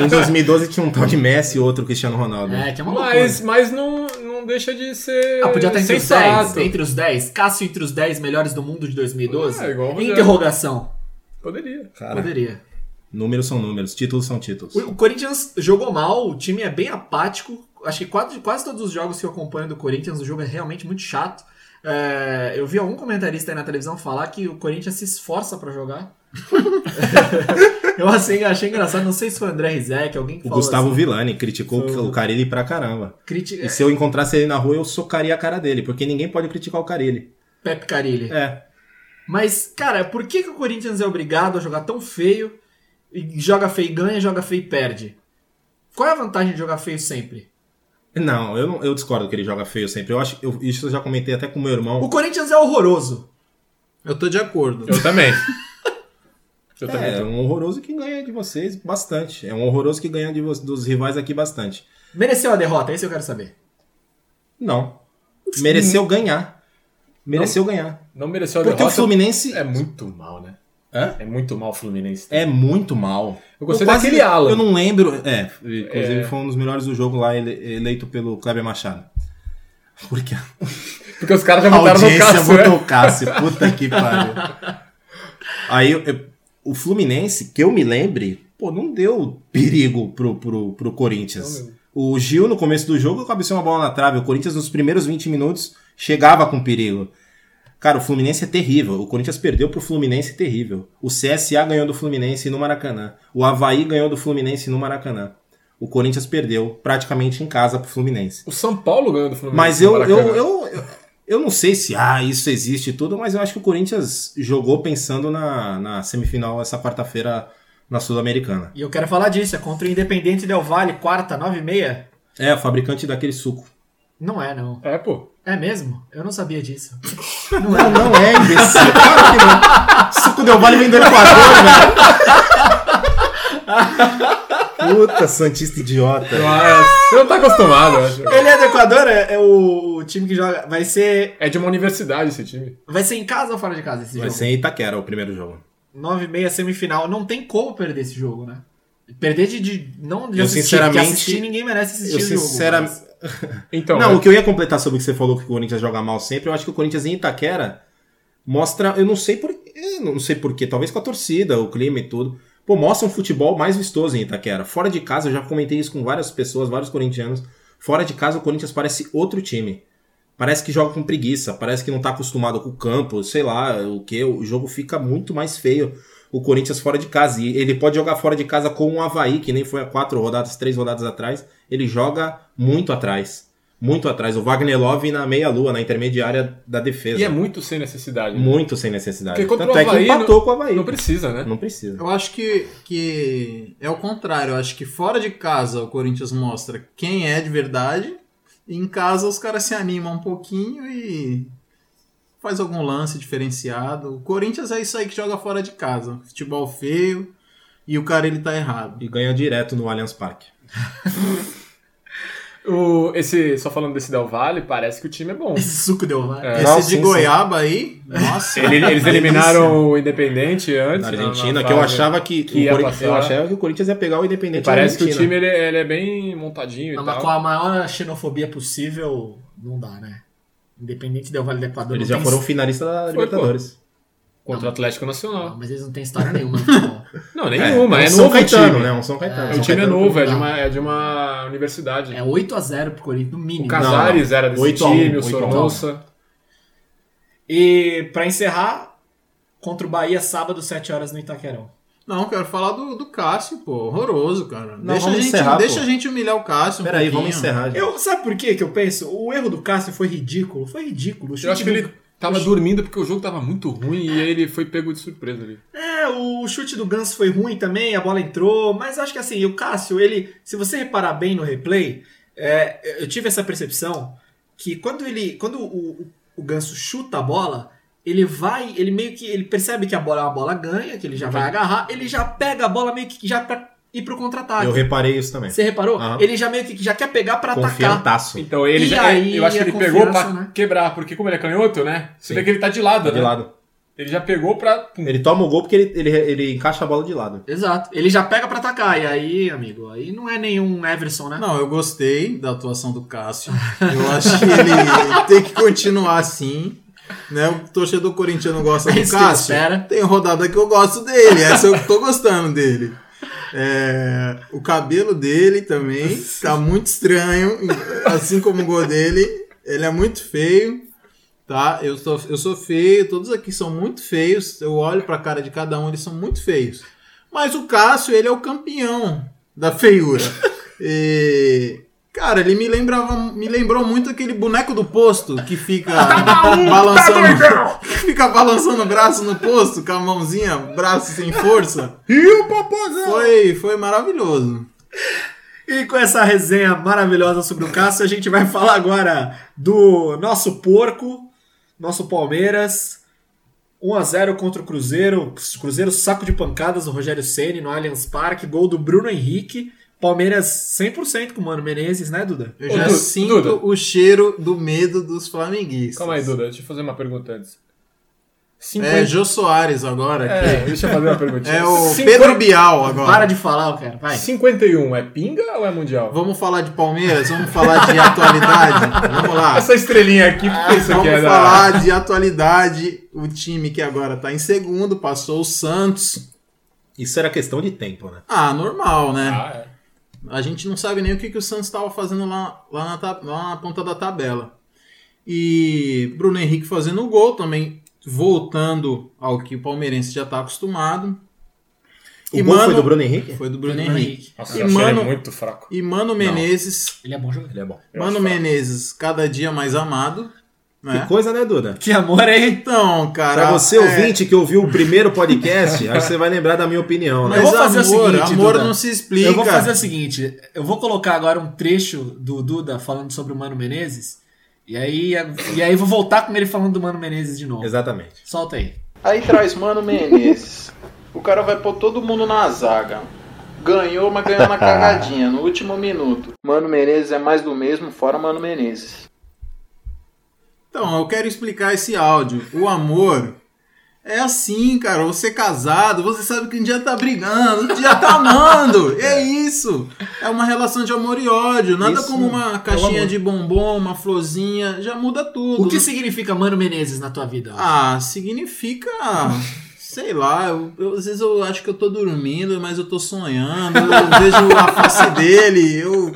Speaker 1: É,
Speaker 3: em 2012 tinha um tal de Messi e outro Cristiano Ronaldo.
Speaker 1: É, que é uma
Speaker 2: Mas,
Speaker 1: loucura.
Speaker 2: mas não, não deixa de ser
Speaker 1: Ah, podia estar entre os 10.
Speaker 2: sensato.
Speaker 1: Entre os 10. Cássio entre os 10 melhores do mundo de 2012.
Speaker 2: É, igual o Rogério.
Speaker 1: Interrogação.
Speaker 2: Poderia.
Speaker 3: Cara,
Speaker 1: Poderia.
Speaker 3: números são números, títulos são títulos.
Speaker 1: O, o Corinthians jogou mal, o time é bem apático. Acho que quase, quase todos os jogos que eu acompanho do Corinthians, o jogo é realmente muito chato. É, eu vi algum comentarista aí na televisão falar que o Corinthians se esforça pra jogar. eu assim, achei engraçado, não sei se foi o André Rizek, alguém que
Speaker 3: O
Speaker 1: falou
Speaker 3: Gustavo
Speaker 1: assim,
Speaker 3: Villani criticou
Speaker 1: Foi o-
Speaker 3: o Carilli pra caramba.
Speaker 1: criti-
Speaker 3: E se eu encontrasse ele na rua, eu socaria a cara dele, porque ninguém pode criticar o Carilli.
Speaker 1: Pepe Carilli.
Speaker 3: É,
Speaker 1: Mas, cara, por que, que o Corinthians é obrigado a jogar tão feio? E joga feio e ganha, joga feio e perde? Qual é a vantagem de jogar feio sempre?
Speaker 3: Não, eu, não- eu discordo que ele joga feio sempre. Eu acho, eu- isso eu já comentei até com meu irmão.
Speaker 1: O Corinthians é horroroso.
Speaker 4: Eu tô de acordo.
Speaker 2: Eu também. Eu também. então.
Speaker 3: É, é um horroroso que ganha de vocês bastante. É um horroroso que ganha de vo- dos rivais aqui bastante.
Speaker 1: Mereceu a derrota, é isso que eu quero saber.
Speaker 3: Não. Mereceu ganhar. Mereceu ganhar.
Speaker 2: Não mereceu a
Speaker 3: Porque o
Speaker 2: derrota.
Speaker 3: Fluminense
Speaker 2: É muito mal, né?
Speaker 3: Hã?
Speaker 2: É muito mal o Fluminense.
Speaker 3: é muito mal.
Speaker 2: Eu gostei
Speaker 3: Eu quase-
Speaker 2: daquele Alan.
Speaker 3: Eu não lembro. É, inclusive
Speaker 2: É.
Speaker 3: foi um dos melhores do jogo lá, ele- eleito pelo Kleber Machado. Porque a
Speaker 2: Porque os caras já
Speaker 3: A
Speaker 2: botaram no
Speaker 3: audiência
Speaker 2: Cássio, né?
Speaker 3: botou o Cássio. Puta que pariu. Aí eu- eu- o Fluminense, que eu me lembre, pô, não deu perigo pro, pro, pro Corinthians. O Gil, no começo do jogo, cabeceou uma bola na trave. O Corinthians, nos primeiros 20 minutos, chegava com perigo. Cara, o Fluminense é terrível. O Corinthians perdeu pro Fluminense terrível. O CSA ganhou do Fluminense no Maracanã. O Havaí ganhou do Fluminense no Maracanã. O Corinthians perdeu praticamente em casa pro Fluminense.
Speaker 2: O São Paulo ganhou do Fluminense.
Speaker 3: Mas eu,
Speaker 2: no
Speaker 3: eu,
Speaker 2: Maracanã.
Speaker 3: eu, eu, eu não sei se ah, isso existe e tudo, mas eu acho que o Corinthians jogou pensando na, na semifinal essa quarta-feira na Sul-Americana.
Speaker 1: E eu quero falar disso, é contra o Independente Del Valle, quarta, nove e meia.
Speaker 3: É, o fabricante daquele suco.
Speaker 1: Não é, não.
Speaker 2: É, pô.
Speaker 1: É mesmo? Eu não sabia disso.
Speaker 3: Não, não é, imbecil. Claro que não. Suco Del Vale vem do Equador, velho. Puta, Santista idiota.
Speaker 2: Você não tá acostumado, eu acho.
Speaker 1: Ele é do Equador, é, é o time que joga. Vai ser.
Speaker 2: É de uma universidade esse time.
Speaker 1: Vai ser em casa ou fora de casa esse
Speaker 3: Vai
Speaker 1: jogo?
Speaker 3: ser em Itaquera o primeiro jogo.
Speaker 1: 9 e meia semifinal. Não tem como perder esse jogo, né? Perder de. de- não de
Speaker 3: Eu,
Speaker 1: assistir,
Speaker 3: sinceramente,
Speaker 1: porque assistir ninguém merece assistir
Speaker 3: eu
Speaker 1: o jogo.
Speaker 3: sinceram-
Speaker 1: mas-
Speaker 2: Então,
Speaker 3: não,
Speaker 2: é-
Speaker 3: o que eu ia completar sobre o que você falou que o Corinthians joga mal sempre, eu acho que o Corinthians em Itaquera mostra, eu não sei por, eu não sei por quê, talvez com a torcida, o clima e tudo. Pô, mostra um futebol mais vistoso em Itaquera. Fora de casa, eu já comentei isso com várias pessoas, vários corintianos. Fora de casa, o Corinthians parece outro time. Parece que joga com preguiça, parece que não tá acostumado com o campo, sei lá, o que, o jogo fica muito mais feio. O Corinthians fora de casa. E ele pode jogar fora de casa com o Havaí, que nem foi há quatro rodadas, três rodadas atrás. Ele joga muito atrás. Muito atrás. O Wagner Love na meia-lua, na intermediária da defesa.
Speaker 2: e é muito sem necessidade.
Speaker 3: Muito sem necessidade.
Speaker 2: Porque contra
Speaker 3: Tanto
Speaker 2: o
Speaker 3: é que
Speaker 2: Havaí,
Speaker 3: empatou com o Havaí.
Speaker 2: Não precisa, né?
Speaker 3: Não precisa.
Speaker 4: Eu acho que, que é o contrário. Eu acho que fora de casa o Corinthians mostra quem é de verdade. E em casa os caras se animam um pouquinho e faz algum lance diferenciado. O Corinthians é isso aí que joga fora de casa. Futebol feio e o cara ele tá errado.
Speaker 3: E ganha direto no Allianz Parque.
Speaker 2: O, esse, só falando desse Del Valle, parece que o time é bom.
Speaker 4: Esse suco deu vale.
Speaker 2: É.
Speaker 4: Esse
Speaker 3: Não,
Speaker 4: de
Speaker 3: sim, sim.
Speaker 4: goiaba aí, nossa.
Speaker 2: Ele- eles
Speaker 4: delícia.
Speaker 2: eliminaram o Independente antes.
Speaker 3: Na
Speaker 2: na- na
Speaker 3: Argentina, que eu
Speaker 2: fase.
Speaker 3: achava que,
Speaker 2: que
Speaker 3: o
Speaker 2: ia
Speaker 3: Corinthians, eu
Speaker 2: passar.
Speaker 3: achava que o Corinthians ia pegar o
Speaker 2: E
Speaker 3: Independente.
Speaker 2: parece que o
Speaker 3: Argentina.
Speaker 2: time ele, ele é bem montadinho e
Speaker 1: Não, mas com
Speaker 2: tal.
Speaker 1: a maior xenofobia possível, não dá, né? Independente do Vale do Equador.
Speaker 3: Eles
Speaker 1: não
Speaker 3: já
Speaker 1: tem
Speaker 3: foram finalistas da
Speaker 2: Foi,
Speaker 3: Libertadores.
Speaker 2: Contra o Atlético Nacional.
Speaker 1: Não, mas eles não têm história nenhuma. né, tipo, no futebol.
Speaker 2: Não, nenhuma. É,
Speaker 3: um São
Speaker 2: novo
Speaker 3: Caetano,
Speaker 2: o time.
Speaker 3: né? Um São Caetano.
Speaker 1: É,
Speaker 2: É,
Speaker 3: São
Speaker 2: O time é
Speaker 3: Caetano
Speaker 2: novo, é de
Speaker 1: Não.
Speaker 2: uma, é de uma universidade.
Speaker 1: é 8x0 pro Corinthians, no mínimo.
Speaker 2: O Casares era desse
Speaker 3: Oito a um,
Speaker 2: time, o
Speaker 3: oito a um.
Speaker 2: Soronça.
Speaker 1: E pra encerrar, contra o Bahia, sábado, 7 horas no Itaquerão.
Speaker 4: Não, quero falar do, do Cássio, pô. Horroroso, cara.
Speaker 3: Não,
Speaker 4: deixa a
Speaker 3: vamos
Speaker 4: gente,
Speaker 3: encerrar,
Speaker 4: deixa
Speaker 3: pô.
Speaker 4: a gente humilhar o Cássio. um
Speaker 3: Peraí, vamos
Speaker 4: pouquinho.
Speaker 3: encerrar já.
Speaker 1: Eu, sabe por quê que eu penso? O erro do Cássio foi ridículo. Foi ridículo. O chute
Speaker 2: Eu acho que
Speaker 1: do-
Speaker 2: ele tava dormindo porque o jogo tava muito ruim e aí ele foi pego de surpresa ali.
Speaker 1: É, o chute do Ganso foi ruim também, a bola entrou, mas acho que assim, o Cássio, ele, se você reparar bem no replay, é, eu tive essa percepção que quando ele, quando o, o- o Ganso chuta a bola, ele vai, ele meio que, ele percebe que a bola é uma bola ganha, que ele já vai agarrar, ele já pega a bola meio que já pra ir pro
Speaker 3: Eu
Speaker 1: contra-ataque.
Speaker 3: reparei isso também.
Speaker 1: Você reparou?
Speaker 3: Aham. tá.
Speaker 1: Ele já meio que já quer pegar pra atacar.
Speaker 3: Confiantaço.
Speaker 2: Então ele
Speaker 1: E
Speaker 2: já.
Speaker 1: aí,
Speaker 2: eu acho que
Speaker 1: a
Speaker 2: ele pegou pra
Speaker 1: confiança, né?
Speaker 2: quebrar, porque como ele é canhoto, né? Você
Speaker 3: Sim.
Speaker 2: vê que ele tá de lado,
Speaker 3: De
Speaker 2: né?
Speaker 3: lado.
Speaker 2: Ele já pegou pra.
Speaker 3: Ele toma o gol porque ele, ele, ele encaixa a bola de lado.
Speaker 1: Exato. Ele já pega pra atacar. E aí, amigo, aí não é nenhum Everson, né?
Speaker 4: Não, eu gostei da atuação do Cássio. Eu acho que ele tem que continuar assim. Né? O torcedor corintiano gosta
Speaker 1: É
Speaker 4: do
Speaker 1: isso que ele
Speaker 4: Cássio.
Speaker 1: espera.
Speaker 4: Tem rodada que eu gosto dele, essa eu tô gostando dele. É, o cabelo dele também tá muito estranho, assim como o gol dele. Ele é muito feio, tá? Eu sou, eu sou feio, todos aqui são muito feios. Eu olho pra cara de cada um, eles são muito feios. Mas o Cássio, ele é o campeão da feiura. E, cara, ele me lembrava, me lembrou muito aquele boneco do posto que fica
Speaker 2: Tá
Speaker 4: balançando, que fica balançando o braço no posto com a mãozinha, braço sem força.
Speaker 3: E o Popozão?
Speaker 4: Foi, foi maravilhoso.
Speaker 1: E com essa resenha maravilhosa sobre o Cássio, a gente vai falar agora do nosso porco, nosso Palmeiras. 1x0 contra o Cruzeiro. Cruzeiro saco de pancadas do Rogério Ceni no Allianz Parque. Gol do Bruno Henrique. Palmeiras 100% com o Mano Menezes, né, Duda?
Speaker 4: Eu
Speaker 2: Ô,
Speaker 4: já
Speaker 2: Du-
Speaker 4: sinto
Speaker 2: Duda.
Speaker 4: o cheiro do medo dos flamenguistas.
Speaker 2: Calma aí, Duda, deixa eu fazer uma pergunta antes. 50...
Speaker 4: É Jô Soares agora.
Speaker 2: É, deixa eu fazer uma
Speaker 4: que-
Speaker 2: perguntinha.
Speaker 4: É o
Speaker 2: Cinqu-
Speaker 4: Pedro Bial agora.
Speaker 1: Para de falar, cara. Vai.
Speaker 2: 51 é pinga ou é mundial?
Speaker 4: Vamos falar de Palmeiras? Vamos falar de atualidade? Vamos lá.
Speaker 2: Essa estrelinha aqui, por que isso aqui
Speaker 4: Ah, Vamos
Speaker 2: é da...
Speaker 4: falar de atualidade. O time que agora tá em segundo passou o Santos.
Speaker 3: Isso era questão de tempo, né?
Speaker 4: Ah, normal, né?
Speaker 2: Ah, é.
Speaker 4: A gente não sabe nem o que, que o Santos estava fazendo lá, lá, na, ta- lá na ponta da tabela. E Bruno Henrique fazendo o gol também, voltando ao que o palmeirense já está acostumado.
Speaker 3: O
Speaker 4: E,
Speaker 3: gol
Speaker 4: mano,
Speaker 3: foi do Bruno Henrique?
Speaker 4: Foi do Bruno
Speaker 1: Bruno
Speaker 4: Henrique.
Speaker 2: Nossa,
Speaker 4: E,
Speaker 2: eu achei
Speaker 4: mano-
Speaker 2: ele muito fraco.
Speaker 4: E Mano Menezes,
Speaker 1: Ele é bom jogador.
Speaker 3: Ele é bom.
Speaker 2: Eu
Speaker 4: Mano
Speaker 2: acho fraco.
Speaker 4: Menezes, cada dia mais amado. né?
Speaker 3: Que coisa, né, Duda?
Speaker 1: Que amor, hein?
Speaker 4: Então, cara.
Speaker 3: Pra você,
Speaker 4: é,
Speaker 3: ouvinte, que ouviu o primeiro podcast, acho que você vai lembrar da minha opinião, né?
Speaker 4: Mas
Speaker 1: Eu vou fazer o
Speaker 4: amor,
Speaker 1: seguinte,
Speaker 4: amor
Speaker 1: Duda.
Speaker 4: não se explica.
Speaker 1: Eu vou fazer o seguinte: eu vou colocar agora um trecho do Duda falando sobre o Mano Menezes. E aí, e aí vou voltar com ele falando do Mano Menezes de novo.
Speaker 3: Exatamente.
Speaker 1: Solta aí.
Speaker 5: Aí traz Mano Menezes. O cara vai pôr todo mundo na zaga. Ganhou, mas ganhou na cagadinha, no último minuto. Mano Menezes é mais do mesmo, fora Mano Menezes.
Speaker 4: Então, eu quero explicar esse áudio. O amor é assim, cara. Você é casado, você sabe que um dia tá brigando, outro dia tá amando. É isso. É uma relação de amor e ódio. Nada
Speaker 1: Isso
Speaker 4: como
Speaker 5: É
Speaker 4: uma caixinha
Speaker 1: amor.
Speaker 4: de bombom, uma florzinha. Já muda tudo. né?
Speaker 1: O que significa Mano Menezes na tua vida?
Speaker 4: Ah, significa. Sei lá, eu- eu- às vezes eu acho que eu tô dormindo, mas eu tô sonhando, eu vejo a face dele, eu.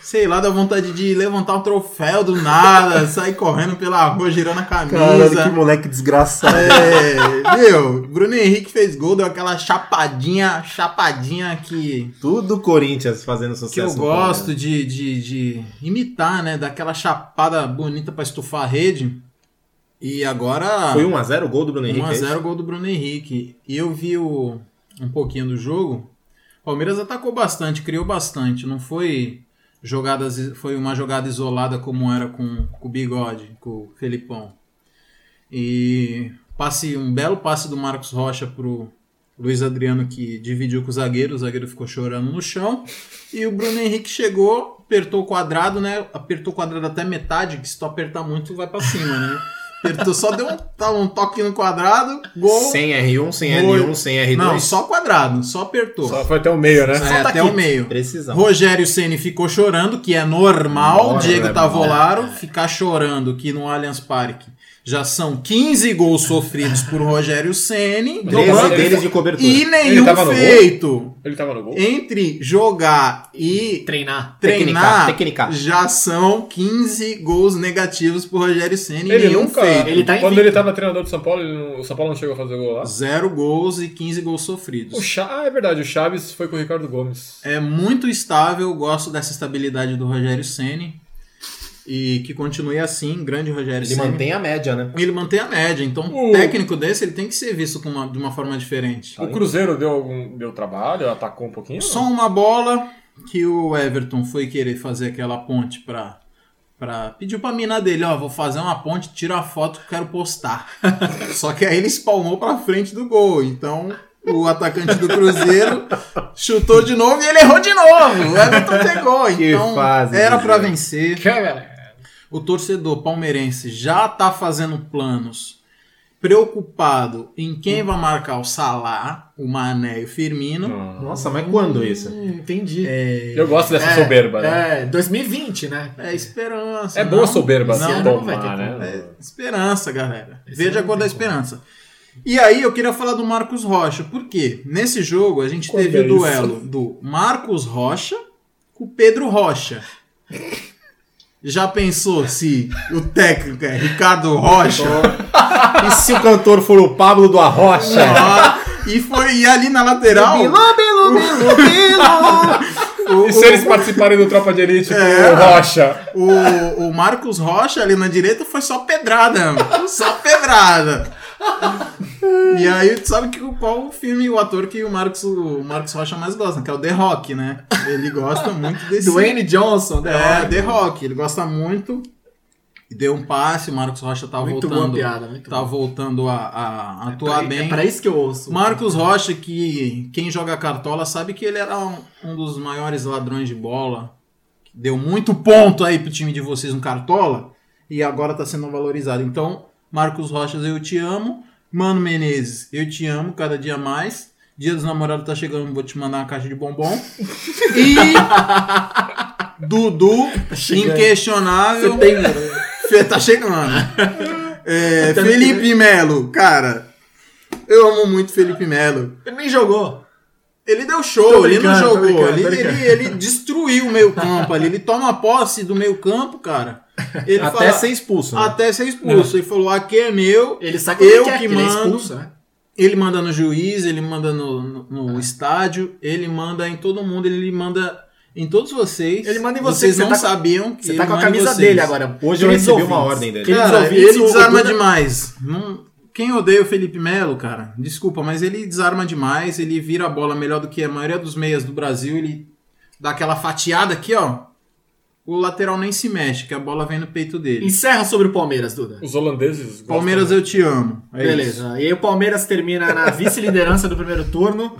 Speaker 4: Sei lá, dá vontade de levantar o troféu do nada, sair correndo pela rua, girando a
Speaker 3: Caralho, que
Speaker 4: camisa.
Speaker 3: moleque desgraçado.
Speaker 4: É, meu, Bruno Henrique fez gol, deu aquela chapadinha, chapadinha que,
Speaker 3: Tudo Corinthians fazendo sucesso.
Speaker 4: que eu
Speaker 3: no
Speaker 4: gosto de, de, de imitar, né? Daquela chapada bonita pra estufar a rede. E agora.
Speaker 3: Palmeiras. Foi 1x0 o gol do Bruno Henrique. é isso?
Speaker 4: 1x0 gol do Bruno Henrique. E eu vi o- um pouquinho do jogo. O Palmeiras atacou bastante, criou bastante. Não foi jogadas, foi uma jogada isolada como era com, com o Bigode, com o Felipão. E passe, um belo passe do Marcos Rocha pro Luiz Adriano que dividiu com o zagueiro, o zagueiro ficou chorando no chão. E o Bruno Henrique chegou, apertou o quadrado, né? Apertou o quadrado até metade, que se tu apertar muito vai pra cima, né? Apertou, só deu um, tá, um toque no quadrado, gol.
Speaker 3: Sem R1, sem
Speaker 4: Gol.
Speaker 3: N1, sem R2.
Speaker 4: Não, só quadrado, só apertou.
Speaker 2: Só foi até o meio, né?
Speaker 4: É, até o meio.
Speaker 3: Precisão.
Speaker 4: Rogério Ceni ficou chorando, que é normal.
Speaker 3: Normal,
Speaker 4: Diego
Speaker 3: é
Speaker 4: Tavolaro ficar chorando que no Allianz Parque já são 15 gols sofridos por Rogério Ceni
Speaker 3: 13
Speaker 2: Ele-
Speaker 3: deles é de cobertura.
Speaker 4: e nenhum
Speaker 2: tava no gol?
Speaker 4: feito.
Speaker 2: Ele tava no gol?
Speaker 4: Entre jogar e
Speaker 1: Treinar.
Speaker 4: treinar,
Speaker 3: técnica.
Speaker 4: já são 15 gols negativos por Rogério Ceni e
Speaker 2: Ele
Speaker 4: nenhum
Speaker 2: nunca.
Speaker 4: feito.
Speaker 1: Ele tá invicto.
Speaker 2: quando ele tava treinador do São Paulo, ele não- o São Paulo não chegou a fazer gol lá.
Speaker 4: Zero gols e 15 gols
Speaker 2: O
Speaker 4: sofridos.
Speaker 2: Cha... Ah, é verdade, o Chaves foi com o Ricardo Gomes.
Speaker 4: É muito estável, gosto dessa estabilidade do Rogério Ceni e que continue assim, grande Rogério
Speaker 3: Ele
Speaker 4: Ceni.
Speaker 3: mantém a média, né?
Speaker 4: Ele mantém a média, então um
Speaker 2: O-
Speaker 4: técnico desse ele tem que ser visto com uma- de uma forma diferente.
Speaker 2: o Cruzeiro deu algum deu trabalho, atacou um pouquinho.
Speaker 4: É Só uma bola que o Everton foi querer fazer aquela ponte pra. pra pediu pra mina dele, ó, vou fazer uma ponte, tira a foto que quero postar. Só que aí ele espalmou pra frente do gol, então. O atacante do Cruzeiro chutou de novo e ele errou de novo. O Everton pegou.
Speaker 3: Que
Speaker 4: Então
Speaker 3: fase,
Speaker 4: era pra
Speaker 3: Cruzeiro.
Speaker 4: vencer. O torcedor palmeirense já tá fazendo planos preocupado em quem vai marcar o Salah, o Mané e o Firmino.
Speaker 2: Não.
Speaker 3: Nossa, mas quando isso?
Speaker 1: Hum, entendi.
Speaker 2: Eu gosto dessa
Speaker 1: É,
Speaker 2: soberba, né?
Speaker 1: É, 2020, né?
Speaker 4: É esperança.
Speaker 2: É,
Speaker 4: não?
Speaker 2: boa soberba,
Speaker 1: Esse
Speaker 2: não,
Speaker 1: ano não vai ter
Speaker 2: tomar,
Speaker 1: como.
Speaker 2: né?
Speaker 4: Esperança, galera.
Speaker 1: Esse
Speaker 4: Veja a
Speaker 1: não
Speaker 4: cor
Speaker 1: tem
Speaker 4: da
Speaker 1: como.
Speaker 4: esperança. E aí eu queria falar do Marcos Rocha, porque nesse jogo a gente
Speaker 2: Quando
Speaker 4: teve
Speaker 2: é
Speaker 4: o
Speaker 2: isso?
Speaker 4: duelo do Marcos Rocha com o Pedro Rocha. Já pensou se o técnico é Ricardo Rocha?
Speaker 3: E se o cantor for o Pablo do Arrocha?
Speaker 4: Ah, e foi e ali na lateral. O,
Speaker 2: E se eles participarem do Tropa de Elite
Speaker 4: É.
Speaker 2: com o Rocha?
Speaker 4: o, o Marcos Rocha ali na direita foi só pedrada, mano. só pedrada. E aí, tu sabe que, qual o filme, o ator que o Marcos, o Marcos Rocha mais gosta, que é o The Rock, né? Ele gosta muito desse.
Speaker 1: Dwayne Johnson, The
Speaker 4: é,
Speaker 1: Rock.
Speaker 4: The Rock, ele gosta muito. E deu um passe, o Marcos Rocha tá
Speaker 1: Muito boa
Speaker 4: voltando.
Speaker 1: piada, muito
Speaker 4: tá
Speaker 1: boa.
Speaker 4: voltando a, a- a atuar
Speaker 1: É pra-
Speaker 4: bem.
Speaker 1: É pra isso que eu ouço.
Speaker 4: Marcos Rocha, que quem joga cartola sabe que ele era um, um dos maiores ladrões de bola. Deu muito ponto aí pro time de vocês no cartola e agora tá sendo valorizado. Então, Marcos Rocha, eu te amo. Mano Menezes, eu te amo cada dia mais. Dia dos namorados tá chegando, vou te mandar uma caixa de bombom. E Dudu,
Speaker 1: Tá chegando.
Speaker 4: inquestionável.
Speaker 1: Você tem-
Speaker 4: Fê tá chegando. É,
Speaker 1: Tá
Speaker 4: Felipe Melo, cara. Eu amo muito Felipe Melo.
Speaker 1: Ele nem jogou.
Speaker 4: Ele deu show,
Speaker 2: Tô
Speaker 4: ele não
Speaker 2: brincando, tô
Speaker 4: jogou.
Speaker 2: brincando,
Speaker 4: Ele,
Speaker 2: tô brincando.
Speaker 4: ele, ele destruiu o meio campo ali. Ele toma posse do meio campo, cara. Ele
Speaker 3: Até
Speaker 4: fala-
Speaker 3: ser expulso.
Speaker 2: Ah,
Speaker 3: né?
Speaker 4: até ser expulso. Ele falou: aqui é meu.
Speaker 1: Ele sabe como
Speaker 4: Eu
Speaker 1: é que, é,
Speaker 4: que
Speaker 1: que ele é
Speaker 4: mando.
Speaker 1: expulso, né?
Speaker 4: Ele manda no juiz, ele manda no, no- no estádio, ele manda em todo mundo, ele manda em todos vocês.
Speaker 1: Ele manda em você,
Speaker 4: vocês.
Speaker 1: que você
Speaker 4: não
Speaker 1: tá com-
Speaker 4: sabiam que
Speaker 1: Você
Speaker 4: ele
Speaker 1: tá com a
Speaker 4: manda em
Speaker 1: camisa
Speaker 4: vocês.
Speaker 1: dele agora.
Speaker 3: Hoje eu
Speaker 1: Queridos
Speaker 3: recebi uma
Speaker 1: ouvintes.
Speaker 3: ordem dele.
Speaker 1: Queridos
Speaker 4: Cara,
Speaker 1: ouvintes,
Speaker 4: ele
Speaker 1: o- o
Speaker 4: desarma
Speaker 1: Duda-
Speaker 4: demais. Não- Quem odeia o Felipe Melo, cara, desculpa, mas ele desarma demais, ele vira a bola melhor do que a maioria dos meias do Brasil, ele dá aquela fatiada aqui, ó. O lateral nem se mexe, que a bola vem no peito dele.
Speaker 1: Encerra sobre o Palmeiras, Duda.
Speaker 2: Os holandeses. gostam né?
Speaker 4: Palmeiras, eu te amo. É isso.
Speaker 1: Beleza. E aí o Palmeiras termina na vice-liderança do primeiro turno.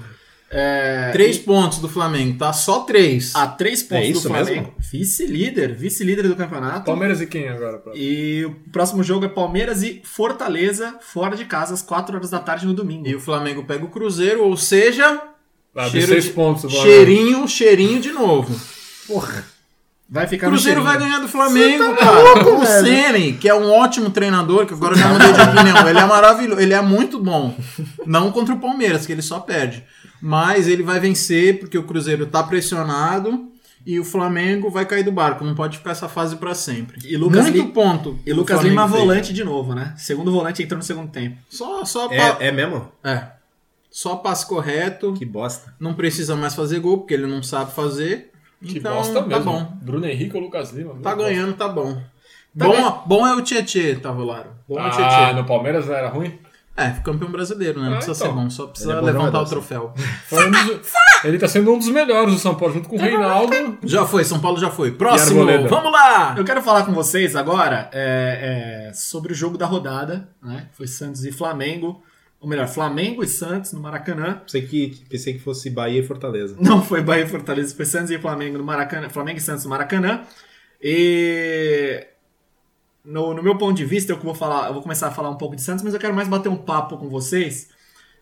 Speaker 1: É, Ah.
Speaker 4: Três pontos do Flamengo, tá? Só três.
Speaker 1: a três pontos
Speaker 3: É
Speaker 1: do
Speaker 3: isso
Speaker 1: Flamengo. Vice-líder, vice-líder do campeonato.
Speaker 2: Palmeiras e quem agora? Pra...
Speaker 1: E o próximo jogo é Palmeiras e Fortaleza, fora de casa, às 4 horas da tarde no domingo.
Speaker 4: E o Flamengo pega o Cruzeiro, ou seja,
Speaker 2: Ah, de
Speaker 4: Cheiro
Speaker 2: seis
Speaker 4: de-
Speaker 2: pontos. bora.
Speaker 4: cheirinho, cheirinho de novo.
Speaker 1: Vai ficar
Speaker 4: O Cruzeiro tá
Speaker 1: no
Speaker 4: vai
Speaker 1: cheirinho.
Speaker 4: ganhar do Flamengo, cara. o Sene, que é um ótimo treinador, que agora eu já mudei de opinião. Ele é maravilhoso, ele é muito bom. Não contra o Palmeiras, que ele só perde. Mas ele vai vencer, porque o Cruzeiro tá pressionado e o Flamengo vai cair do barco. Não pode ficar essa fase pra sempre.
Speaker 1: E Lucas
Speaker 4: muito
Speaker 1: Li-
Speaker 4: ponto.
Speaker 1: E
Speaker 4: o
Speaker 1: Lucas
Speaker 4: Flamengo
Speaker 1: Lima
Speaker 4: fez.
Speaker 1: volante de novo, né? Segundo volante entrou no segundo tempo.
Speaker 4: Só,
Speaker 2: tá.
Speaker 4: só, pa-
Speaker 3: É, é mesmo?
Speaker 4: é. só passe correto.
Speaker 3: Que bosta.
Speaker 4: Não precisa mais fazer gol, porque ele não sabe fazer.
Speaker 2: Que
Speaker 4: então,
Speaker 2: bosta mesmo.
Speaker 4: tá bom.
Speaker 2: Bruno Henrique ou Lucas Lima?
Speaker 4: Tá ganhando, tá bom.
Speaker 1: Tá
Speaker 4: bom, bom é o Tietê, Tavalaro. Bom é o
Speaker 2: Ah,
Speaker 4: Tietê.
Speaker 2: no Palmeiras era ruim?
Speaker 4: É, campeão brasileiro, né? Não
Speaker 2: Ah,
Speaker 4: precisa
Speaker 2: então.
Speaker 4: ser bom, só precisa
Speaker 3: Ele é bom
Speaker 4: levantar o
Speaker 3: jogador,
Speaker 4: troféu.
Speaker 2: Foi um dos- Ele tá sendo um dos melhores do São Paulo, junto com
Speaker 4: Tá
Speaker 2: o Reinaldo.
Speaker 4: Já foi, São Paulo já foi. Próximo,
Speaker 2: Arboleda.
Speaker 4: vamos lá!
Speaker 1: Eu quero falar com vocês agora é, é, sobre o jogo da rodada, né? Foi Santos e Flamengo. Ou melhor, Flamengo e Santos no Maracanã.
Speaker 3: Pensei que, pensei que fosse Bahia e Fortaleza.
Speaker 1: Não foi Bahia e Fortaleza, foi Santos e Flamengo no Maracanã. Flamengo e Santos no Maracanã. E. No, no meu ponto de vista, eu que vou falar, eu vou começar a falar um pouco de Santos, mas eu quero mais bater um papo com vocês.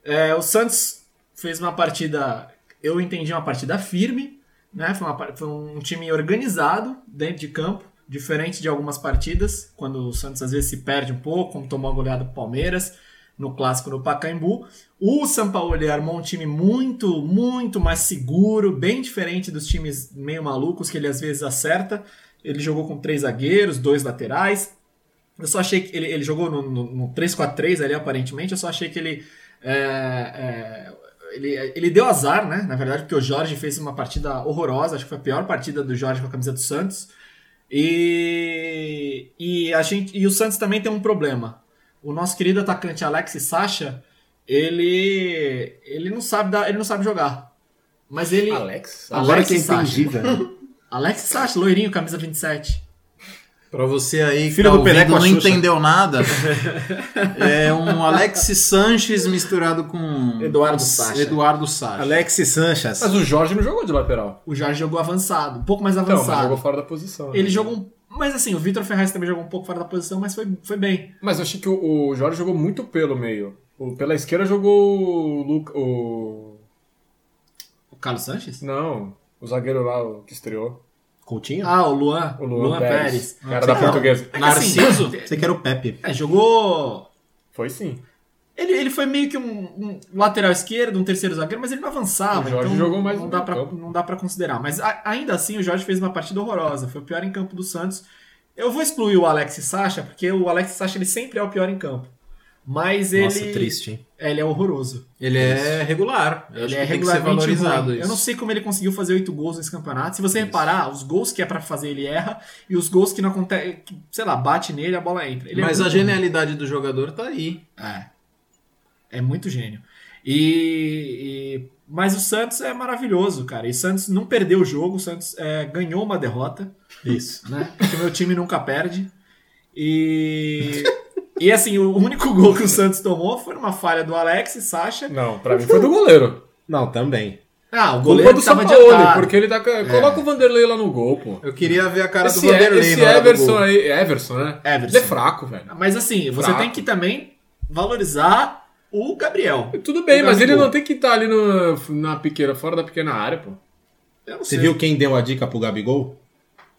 Speaker 1: É, o Santos fez uma partida, eu entendi uma partida firme, né? Foi, uma par- foi um time organizado dentro de campo, diferente de algumas partidas, quando o Santos às vezes se perde um pouco, como tomou a goleada do Palmeiras no clássico no Pacaembu. O Sampaoli armou um time muito, muito mais seguro, bem diferente dos times meio malucos que ele às vezes acerta. Ele jogou com três zagueiros, dois laterais. Eu só achei que ele, ele jogou no, no, no 3-4-3 ali, aparentemente. Eu só achei que ele, é, é, ele. Ele deu azar, né? Na verdade, porque o Jorge fez uma partida horrorosa. Acho que foi a pior partida do Jorge com a camisa do Santos. E, e, a gente, e o Santos também tem um problema. O nosso querido atacante Alex Sacha, ele ele não sabe dar, ele não sabe jogar. Mas ele
Speaker 2: Alex?
Speaker 1: Agora que eu
Speaker 3: Sacha.
Speaker 1: entendi, Alex Sacha, loirinho, camisa 27.
Speaker 4: Pra você aí que
Speaker 3: Filho
Speaker 4: tá
Speaker 3: do Pelé
Speaker 4: ouvindo,
Speaker 3: com a
Speaker 4: não
Speaker 3: Xuxa.
Speaker 4: entendeu nada, é um Alex Sanches misturado com
Speaker 1: Eduardo Sacha.
Speaker 4: Eduardo Sacha.
Speaker 3: Alexis Sanches.
Speaker 2: Mas o Jorge não jogou de lateral.
Speaker 1: O Jorge jogou avançado, um pouco mais
Speaker 2: Então, mas
Speaker 1: avançado.
Speaker 2: jogou fora da posição. né?
Speaker 1: ele jogou um, mas assim, o Vitor Ferraz também jogou um pouco fora da posição, mas foi, foi bem.
Speaker 2: Mas eu achei que o, o Jorge jogou muito pelo meio. O- pela esquerda jogou o, Luca, o.
Speaker 1: O Carlos Sanches?
Speaker 2: Não, o zagueiro lá o que estreou.
Speaker 3: Coutinho?
Speaker 1: Ah, o Luan,
Speaker 2: O Luan, Pérez. Cara da
Speaker 1: Não,
Speaker 2: portuguesa.
Speaker 1: é que assim,
Speaker 4: Narciso?
Speaker 3: Você que era o Pepe.
Speaker 1: é, jogou
Speaker 2: Foi sim.
Speaker 1: ele, ele foi meio que um, um lateral esquerdo, um terceiro zagueiro, mas ele não avançava.
Speaker 2: O Jorge
Speaker 1: então
Speaker 2: jogou mais
Speaker 1: não
Speaker 2: no
Speaker 1: dá
Speaker 2: meio
Speaker 1: pra,
Speaker 2: campo.
Speaker 1: não dá para considerar. Mas a- ainda assim, o Jorge fez uma partida horrorosa. Foi o pior em campo do Santos. Eu vou excluir o Alex Sacha, porque o Alex Sacha ele sempre é o pior em campo. Mas ele.
Speaker 3: Nossa, triste, hein?
Speaker 1: É, ele é horroroso.
Speaker 4: Ele é regular.
Speaker 1: ele
Speaker 4: Eu acho
Speaker 1: é
Speaker 4: que tem que ser
Speaker 1: regularmente
Speaker 4: valorizado
Speaker 1: ruim.
Speaker 4: isso.
Speaker 1: Eu não sei como ele conseguiu fazer oito gols nesse campeonato. Se você reparar, os gols que é pra fazer ele erra e os gols que não acontece, que, sei lá, bate nele a bola entra. Ele é
Speaker 4: Mas a
Speaker 1: muito ruim.
Speaker 4: genialidade do jogador tá aí.
Speaker 1: É. É muito gênio. E, e- mas o Santos é maravilhoso, cara. E o Santos não perdeu o jogo, o Santos é, ganhou uma derrota,
Speaker 3: Isso.
Speaker 1: né? Porque o meu time nunca perde. E e assim, o único gol que o Santos tomou foi uma falha do Alex e Sacha.
Speaker 2: Não, pra mim foi do goleiro.
Speaker 3: Não, também.
Speaker 1: Ah, o
Speaker 2: Culpa
Speaker 1: goleiro
Speaker 2: do
Speaker 1: estava
Speaker 2: São
Speaker 1: adiantado.
Speaker 4: né?
Speaker 2: Paulo, porque ele tá. Coloca o Vanderlei lá no gol, pô.
Speaker 4: Eu queria ver a cara
Speaker 2: Esse,
Speaker 4: do
Speaker 2: E-
Speaker 4: Vanderlei
Speaker 2: esse
Speaker 4: na hora do
Speaker 2: Everson
Speaker 4: gol.
Speaker 2: aí. Everson, né?
Speaker 1: Everson.
Speaker 2: Ele é fraco, velho.
Speaker 1: Mas assim, você
Speaker 2: Fraco.
Speaker 1: tem que também valorizar o Gabriel.
Speaker 2: Tudo bem, mas ele
Speaker 1: Gabigol.
Speaker 2: não tem que estar ali no, na piqueira, fora da pequena área, pô.
Speaker 1: Eu não
Speaker 3: Você
Speaker 1: sei.
Speaker 3: viu quem deu a dica pro Gabigol?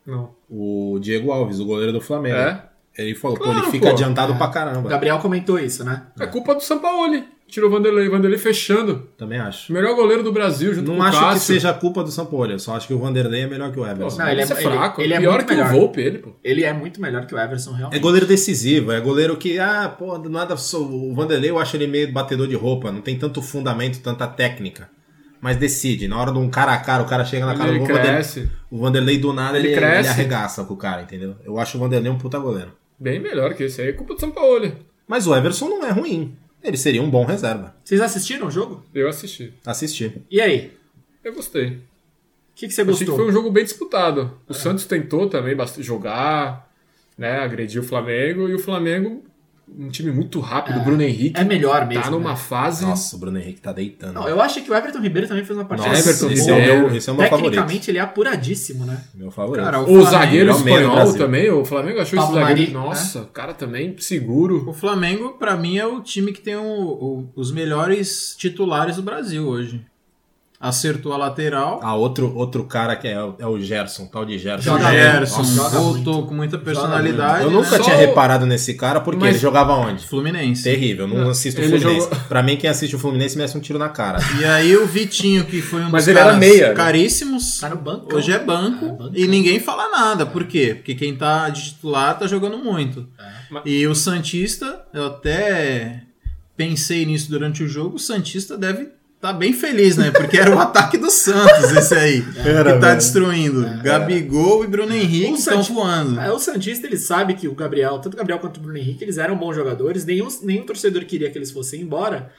Speaker 2: Não.
Speaker 3: O Diego Alves, o goleiro do Flamengo.
Speaker 2: É?
Speaker 3: Ele falou, pô,
Speaker 2: Claro,
Speaker 3: ele fica
Speaker 2: pô.
Speaker 3: adiantado
Speaker 1: É.
Speaker 3: pra
Speaker 1: O
Speaker 3: caramba.
Speaker 1: Gabriel comentou isso, né?
Speaker 2: É culpa do Sampaoli. tirou o Vanderlei. Vanderlei fechando.
Speaker 3: Também acho.
Speaker 2: Melhor goleiro do Brasil, junto
Speaker 3: Não
Speaker 2: com o
Speaker 3: acho que
Speaker 2: Cássio.
Speaker 3: seja a culpa do São Paulo. Eu só acho que o Vanderlei é melhor que o
Speaker 2: Pô,
Speaker 3: Everson.
Speaker 1: Não, ele é-
Speaker 2: esse é,
Speaker 1: ele-
Speaker 2: fraco.
Speaker 1: ele é
Speaker 2: pior
Speaker 1: muito
Speaker 2: que
Speaker 1: melhor.
Speaker 2: o Volpe, ele, pô.
Speaker 1: Ele é muito melhor que o Everson, realmente.
Speaker 3: É goleiro decisivo, é goleiro que, ah, pô, do nada, sou- o Vanderlei eu acho ele meio batedor de roupa, não tem tanto fundamento, tanta técnica. Mas decide, na hora de um cara a cara, o é cara chega na cara
Speaker 2: Ele
Speaker 3: do Vanderlei-
Speaker 2: cresce.
Speaker 3: o Vanderlei do nada, ele,
Speaker 2: Ele
Speaker 3: ele,
Speaker 2: cresce.
Speaker 3: arregaça com o cara, entendeu? Eu acho o Vanderlei um puta goleiro.
Speaker 2: Bem melhor que esse aí. É culpa do São Paulo.
Speaker 3: Mas o Everson não é ruim, ele seria um bom reserva.
Speaker 1: Vocês assistiram o jogo?
Speaker 2: Eu assisti.
Speaker 3: Assistir.
Speaker 1: E aí?
Speaker 2: Eu gostei.
Speaker 1: O que, que você
Speaker 2: Achei que foi
Speaker 1: gostou?
Speaker 2: um jogo bem disputado.
Speaker 3: É.
Speaker 2: O Santos tentou também bast- jogar, né? Agrediu o Flamengo. E o Flamengo, um time muito rápido. O Bruno Henrique
Speaker 1: É melhor mesmo.
Speaker 2: tá numa
Speaker 1: né?
Speaker 2: fase.
Speaker 3: Nossa, o Bruno Henrique tá deitando.
Speaker 1: Não, eu acho que o Everton Ribeiro também fez uma partida.
Speaker 3: Nossa,
Speaker 2: Everton
Speaker 3: esse, é o
Speaker 2: Ribeiro.
Speaker 3: meu, esse é o meu
Speaker 1: Tecnicamente
Speaker 3: favorito.
Speaker 1: ele é apuradíssimo, né?
Speaker 3: Meu favorito.
Speaker 1: Cara,
Speaker 2: O
Speaker 1: Flamengo,
Speaker 2: zagueiro
Speaker 3: melhor meio do
Speaker 2: espanhol
Speaker 3: Brasil.
Speaker 2: também, o Flamengo achou esse
Speaker 1: Pablo
Speaker 2: zagueiro.
Speaker 1: Mari,
Speaker 2: nossa, o cara também seguro.
Speaker 4: O Flamengo, pra mim, é o time que tem o- o- os melhores titulares do Brasil hoje. Acertou a lateral,
Speaker 3: Ah, outro, outro cara que é, o- é o Gerson, tal de Gerson.
Speaker 1: Joga
Speaker 4: o
Speaker 1: bem.
Speaker 4: Gerson
Speaker 1: Nossa, joga
Speaker 4: voltou com muita personalidade.
Speaker 3: Eu nunca
Speaker 4: né?
Speaker 3: tinha
Speaker 2: Só o-
Speaker 3: reparado nesse cara, porque
Speaker 2: Mas-
Speaker 3: ele jogava onde?
Speaker 4: Fluminense.
Speaker 3: Terrível, não
Speaker 2: Não,
Speaker 3: assisto o
Speaker 2: ele
Speaker 3: Fluminense. Pra mim, quem assiste o Fluminense merece um tiro na cara.
Speaker 4: E aí o Vitinho, que foi um
Speaker 2: Mas
Speaker 4: dos
Speaker 2: ele era
Speaker 4: caras
Speaker 2: meia, né?
Speaker 4: caríssimos,
Speaker 1: Tá no banco.
Speaker 4: hoje é banco,
Speaker 1: É, banco.
Speaker 4: e ninguém fala nada. Por quê? Porque quem tá de titular tá jogando muito.
Speaker 1: É,
Speaker 2: Mas-
Speaker 4: E o Santista, eu até pensei nisso durante o jogo, o Santista deve tá bem feliz, né? Porque era o ataque do Santos esse aí,
Speaker 3: Era,
Speaker 4: que tá
Speaker 3: velho.
Speaker 4: destruindo. Gabigol e Bruno Henrique
Speaker 1: É, O
Speaker 4: estão
Speaker 1: Santi-
Speaker 4: voando.
Speaker 1: É, o Santista ele sabe que o Gabriel, tanto o Gabriel quanto o Bruno Henrique, eles eram bons jogadores, nenhum, nenhum torcedor queria que eles fossem embora,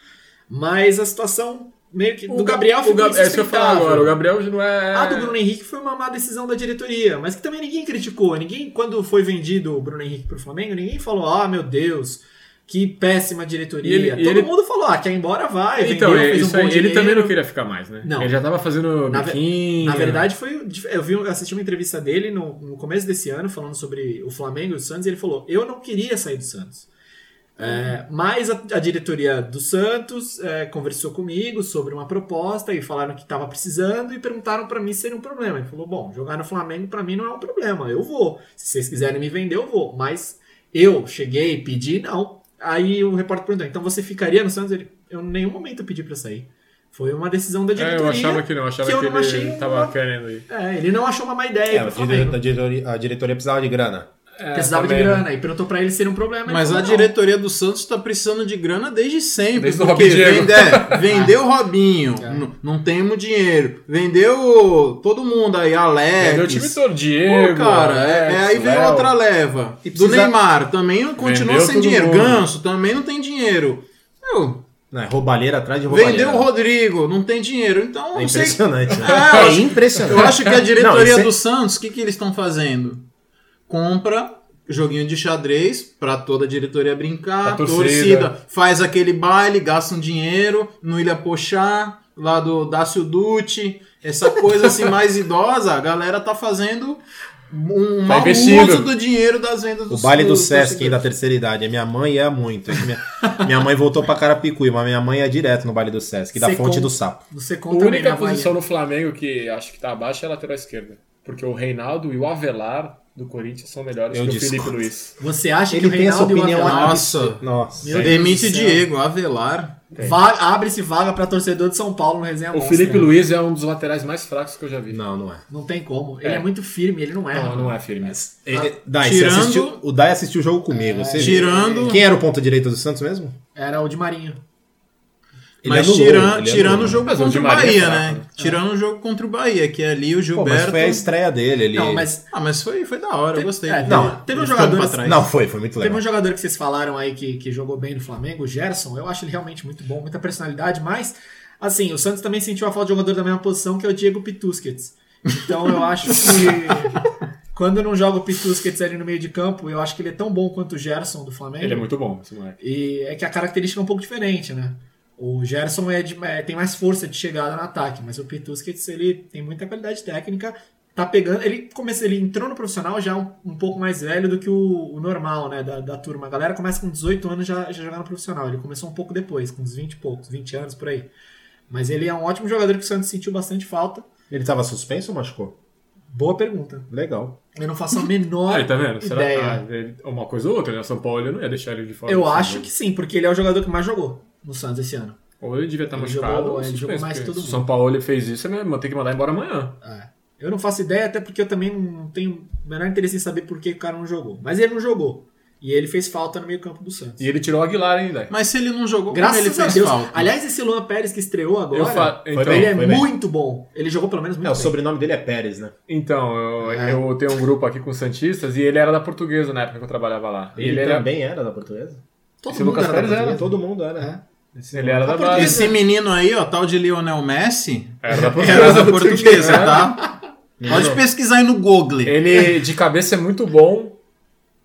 Speaker 1: mas a situação meio que. do
Speaker 2: Ga-
Speaker 1: Gabriel
Speaker 2: o
Speaker 1: ficou
Speaker 2: Gab- É isso que eu ia falar
Speaker 1: insustentável.
Speaker 2: agora. O Gabriel já não é.
Speaker 1: A do Bruno Henrique foi uma má decisão da diretoria, mas que também ninguém criticou. Ninguém, quando foi vendido o Bruno Henrique pro Flamengo, ninguém falou, ah, meu Deus, que péssima diretoria.
Speaker 2: E ele- e
Speaker 1: Todo
Speaker 2: ele-
Speaker 1: mundo falou, ah, quer ir embora, vai.
Speaker 2: Então,
Speaker 1: vendeu,
Speaker 2: é,
Speaker 1: fez um
Speaker 2: isso
Speaker 1: bom
Speaker 2: aí, ele
Speaker 1: dinheiro.
Speaker 2: também não queria ficar mais, né?
Speaker 1: Não.
Speaker 2: Ele já tava fazendo
Speaker 1: Na ve-
Speaker 2: biquinho.
Speaker 1: Na verdade, foi. Eu vi, eu assisti uma entrevista dele no, no começo desse ano falando sobre o Flamengo e o Santos, e ele falou: Eu não queria sair do Santos. É, mas a, a diretoria do Santos é, conversou comigo sobre uma proposta e falaram que estava precisando e perguntaram para mim se seria um problema. Ele falou: Bom, jogar no Flamengo para mim não é um problema, eu vou. Se vocês quiserem me vender, eu vou. Mas eu cheguei, pedi, não. Aí o repórter perguntou: Então você ficaria no Santos? Ele, eu em nenhum momento pedi para sair. Foi uma decisão da
Speaker 2: É,
Speaker 1: diretoria.
Speaker 2: eu achava que não, eu achava
Speaker 1: que eu
Speaker 2: que,
Speaker 1: não
Speaker 2: ele
Speaker 1: achei um
Speaker 2: tava
Speaker 1: uma-
Speaker 2: querendo ir.
Speaker 1: É, ele não achou uma má ideia
Speaker 3: É,
Speaker 1: pro
Speaker 3: a,
Speaker 1: Flamengo.
Speaker 3: dire- a diretoria, a diretoria precisava de grana.
Speaker 1: É, Precisava de
Speaker 2: também, né?
Speaker 1: grana e perguntou pra ele se seria um problema. ele
Speaker 4: Mas a
Speaker 1: falou, não.
Speaker 4: diretoria do Santos tá precisando de grana desde sempre.
Speaker 2: Desde o
Speaker 4: porque
Speaker 2: Robin Diego.
Speaker 4: vende- é, vendeu o Robinho,
Speaker 1: É.
Speaker 4: n- não temos dinheiro. Vendeu todo mundo aí, Alex.
Speaker 2: Vendeu o É, time todo,
Speaker 4: Pô,
Speaker 2: Diego.
Speaker 4: cara, é, é, aí
Speaker 2: Alex,
Speaker 4: veio
Speaker 2: Léo.
Speaker 4: outra leva.
Speaker 3: E
Speaker 4: Do
Speaker 3: precisa-
Speaker 4: Neymar também não- continua
Speaker 2: Vendeu
Speaker 4: sem
Speaker 2: todo
Speaker 4: dinheiro.
Speaker 2: mundo.
Speaker 4: Ganso também não tem dinheiro. Meu,
Speaker 3: Não, é roubalheira atrás de roubalheira.
Speaker 4: vendeu o Rodrigo, não tem dinheiro. Então,
Speaker 3: É
Speaker 4: não sei.
Speaker 3: impressionante. né?
Speaker 4: É, eu
Speaker 3: É
Speaker 4: acho-
Speaker 3: impressionante.
Speaker 4: Eu acho que a
Speaker 3: Não,
Speaker 4: diretoria
Speaker 3: isso é-
Speaker 4: do Santos, o que, que eles estão fazendo? Compra joguinho de xadrez pra toda a diretoria brincar,
Speaker 2: A
Speaker 4: torcida.
Speaker 2: torcida.
Speaker 4: faz aquele baile, gasta um dinheiro no Ilha Pochá, lá do Dácio Dutti, essa coisa assim mais idosa, a galera tá fazendo um mau
Speaker 2: investindo.
Speaker 4: uso do dinheiro das vendas
Speaker 3: Tá O
Speaker 4: dos-
Speaker 3: baile do
Speaker 4: dos
Speaker 3: Sesc da
Speaker 4: torcedores.
Speaker 3: terceira idade. A minha mãe ia muito. É que Minha, minha mãe voltou pra Carapicuí, mas minha mãe ia direto no baile do Sesc, da
Speaker 1: Secom.
Speaker 3: fonte do sapo.
Speaker 1: Você
Speaker 2: A
Speaker 1: conta bem
Speaker 2: única
Speaker 1: na
Speaker 2: posição no Flamengo que acho que tá abaixo é a lateral esquerda. Porque o Reinaldo e o Avelar do Corinthians são melhores
Speaker 3: Eu
Speaker 2: que o
Speaker 3: discordo.
Speaker 2: Felipe Luiz.
Speaker 1: Você acha
Speaker 3: Ele
Speaker 1: que o
Speaker 3: tem essa
Speaker 1: Reinaldo
Speaker 3: opinião
Speaker 1: e o Avelar
Speaker 4: Nossa,
Speaker 3: Nossa.
Speaker 1: Meu Deus
Speaker 4: É. demite
Speaker 1: do céu.
Speaker 4: Diego, Avelar.
Speaker 1: Va- abre-se vaga pra torcedor de São Paulo no resenha
Speaker 2: O
Speaker 1: Monstra.
Speaker 2: Felipe Luiz é um dos laterais mais fracos que eu já vi.
Speaker 3: Não, não é.
Speaker 1: Não tem como. Ele é.
Speaker 2: É.
Speaker 1: muito firme, ele não erra.
Speaker 2: não, não é firme.
Speaker 3: Ele- Ah, Dai,
Speaker 4: tirando-
Speaker 3: você assistiu, o Dai assistiu o jogo comigo. você viu.
Speaker 4: Tirando,
Speaker 3: Quem era o ponta direita do Santos mesmo?
Speaker 1: Era o de Marinho.
Speaker 3: Ele
Speaker 4: mas
Speaker 3: anulou,
Speaker 4: tirando,
Speaker 3: ele é
Speaker 4: tirando
Speaker 3: anulou.
Speaker 4: o jogo
Speaker 2: Mas o
Speaker 4: contra o
Speaker 2: Di Maria é
Speaker 4: Bahia,
Speaker 2: fraco,
Speaker 4: né?
Speaker 2: né?
Speaker 4: Tirando o jogo contra o Bahia, que é ali o
Speaker 3: Pô,
Speaker 4: Gilberto.
Speaker 3: mas foi a estreia dele. Ele...
Speaker 1: Não, mas
Speaker 4: Ah, mas foi, foi da hora, eu gostei.
Speaker 1: é,
Speaker 3: Não,
Speaker 1: teve- teve um
Speaker 4: eles
Speaker 1: jogador
Speaker 4: ficam pra trás.
Speaker 3: Não, foi, foi muito
Speaker 1: Teve um
Speaker 3: legal.
Speaker 1: jogador que vocês falaram aí que, que jogou bem no Flamengo, o Gerson. Eu acho ele realmente muito bom, muita personalidade, mas, assim, o Santos também sentiu a falta de jogador da mesma posição, que é o Diego Pitusquets. Então eu acho que. quando não joga o Pitusquets ali no meio de campo, eu acho que ele é tão bom quanto o Gerson do Flamengo.
Speaker 2: Ele é muito bom, esse moleque.
Speaker 1: E é que a característica é um pouco diferente, né? O Gerson é de- é- tem mais força de chegada no ataque, mas o Pituskets, ele tem muita qualidade técnica. Tá pegando. Ele começou, ele entrou no profissional já um, um pouco mais velho do que o, o normal, né? Da, da turma. A galera começa com 18 anos já, já jogar no profissional. Ele começou um pouco depois, com uns 20 e poucos, 20 anos por aí. Mas ele é um ótimo jogador que o Santos sentiu bastante falta.
Speaker 3: Ele tava suspenso ou machucou?
Speaker 1: Boa pergunta.
Speaker 3: Legal.
Speaker 1: Eu não faço a menor
Speaker 2: Aí, tá vendo? Será que
Speaker 1: ideia.
Speaker 2: ah, ele- uma coisa ou outra, né? O São Paulo ele não ia deixar ele de fora.
Speaker 1: Eu
Speaker 2: desse
Speaker 1: acho
Speaker 2: jogo.
Speaker 1: que sim, porque ele é o jogador que mais jogou no Santos esse ano.
Speaker 2: Ou ele devia estar
Speaker 1: Ele
Speaker 2: machucado.
Speaker 1: jogou-
Speaker 2: ou
Speaker 1: ele jogou
Speaker 2: suspenso,
Speaker 1: mais
Speaker 2: porque
Speaker 1: que todo
Speaker 2: se o São Paulo ele fez isso, é ele vai ter que mandar embora amanhã.
Speaker 1: É. Eu não faço ideia, até porque eu também não tenho o menor interesse em saber por que o cara não jogou. Mas ele não jogou. E ele fez falta no meio-campo do Santos.
Speaker 2: E ele tirou o Aguilar ainda.
Speaker 4: Mas se ele não jogou,
Speaker 1: Graças
Speaker 4: como ele
Speaker 1: a
Speaker 4: fez
Speaker 1: Deus.
Speaker 4: falta?
Speaker 1: Aliás, esse Luan Pérez que estreou agora,
Speaker 2: Eu fa- então,
Speaker 1: ele é
Speaker 3: foi bem.
Speaker 1: muito bom. Ele jogou pelo menos muito
Speaker 3: É, o
Speaker 1: bem.
Speaker 3: sobrenome dele é Pérez, né?
Speaker 2: Então, eu,
Speaker 1: É.
Speaker 2: eu tenho um grupo aqui com Santistas e ele era da portuguesa na época que eu trabalhava lá. E
Speaker 3: Ele,
Speaker 2: ele era,
Speaker 3: também era da portuguesa?
Speaker 1: Todo
Speaker 2: esse
Speaker 1: mundo
Speaker 2: Lucas
Speaker 1: era
Speaker 2: Pérez
Speaker 1: brasileiro.
Speaker 2: era
Speaker 3: Todo mundo era. né?
Speaker 1: É.
Speaker 2: ele era da
Speaker 1: Portuguesa.
Speaker 2: base.
Speaker 4: Esse menino aí, ó, tal de Lionel Messi,
Speaker 2: Era da
Speaker 4: era
Speaker 2: portuguesa.
Speaker 4: da portuguesa,
Speaker 2: Era.
Speaker 4: tá? Pode pesquisar aí no Google.
Speaker 2: Ele de cabeça é muito bom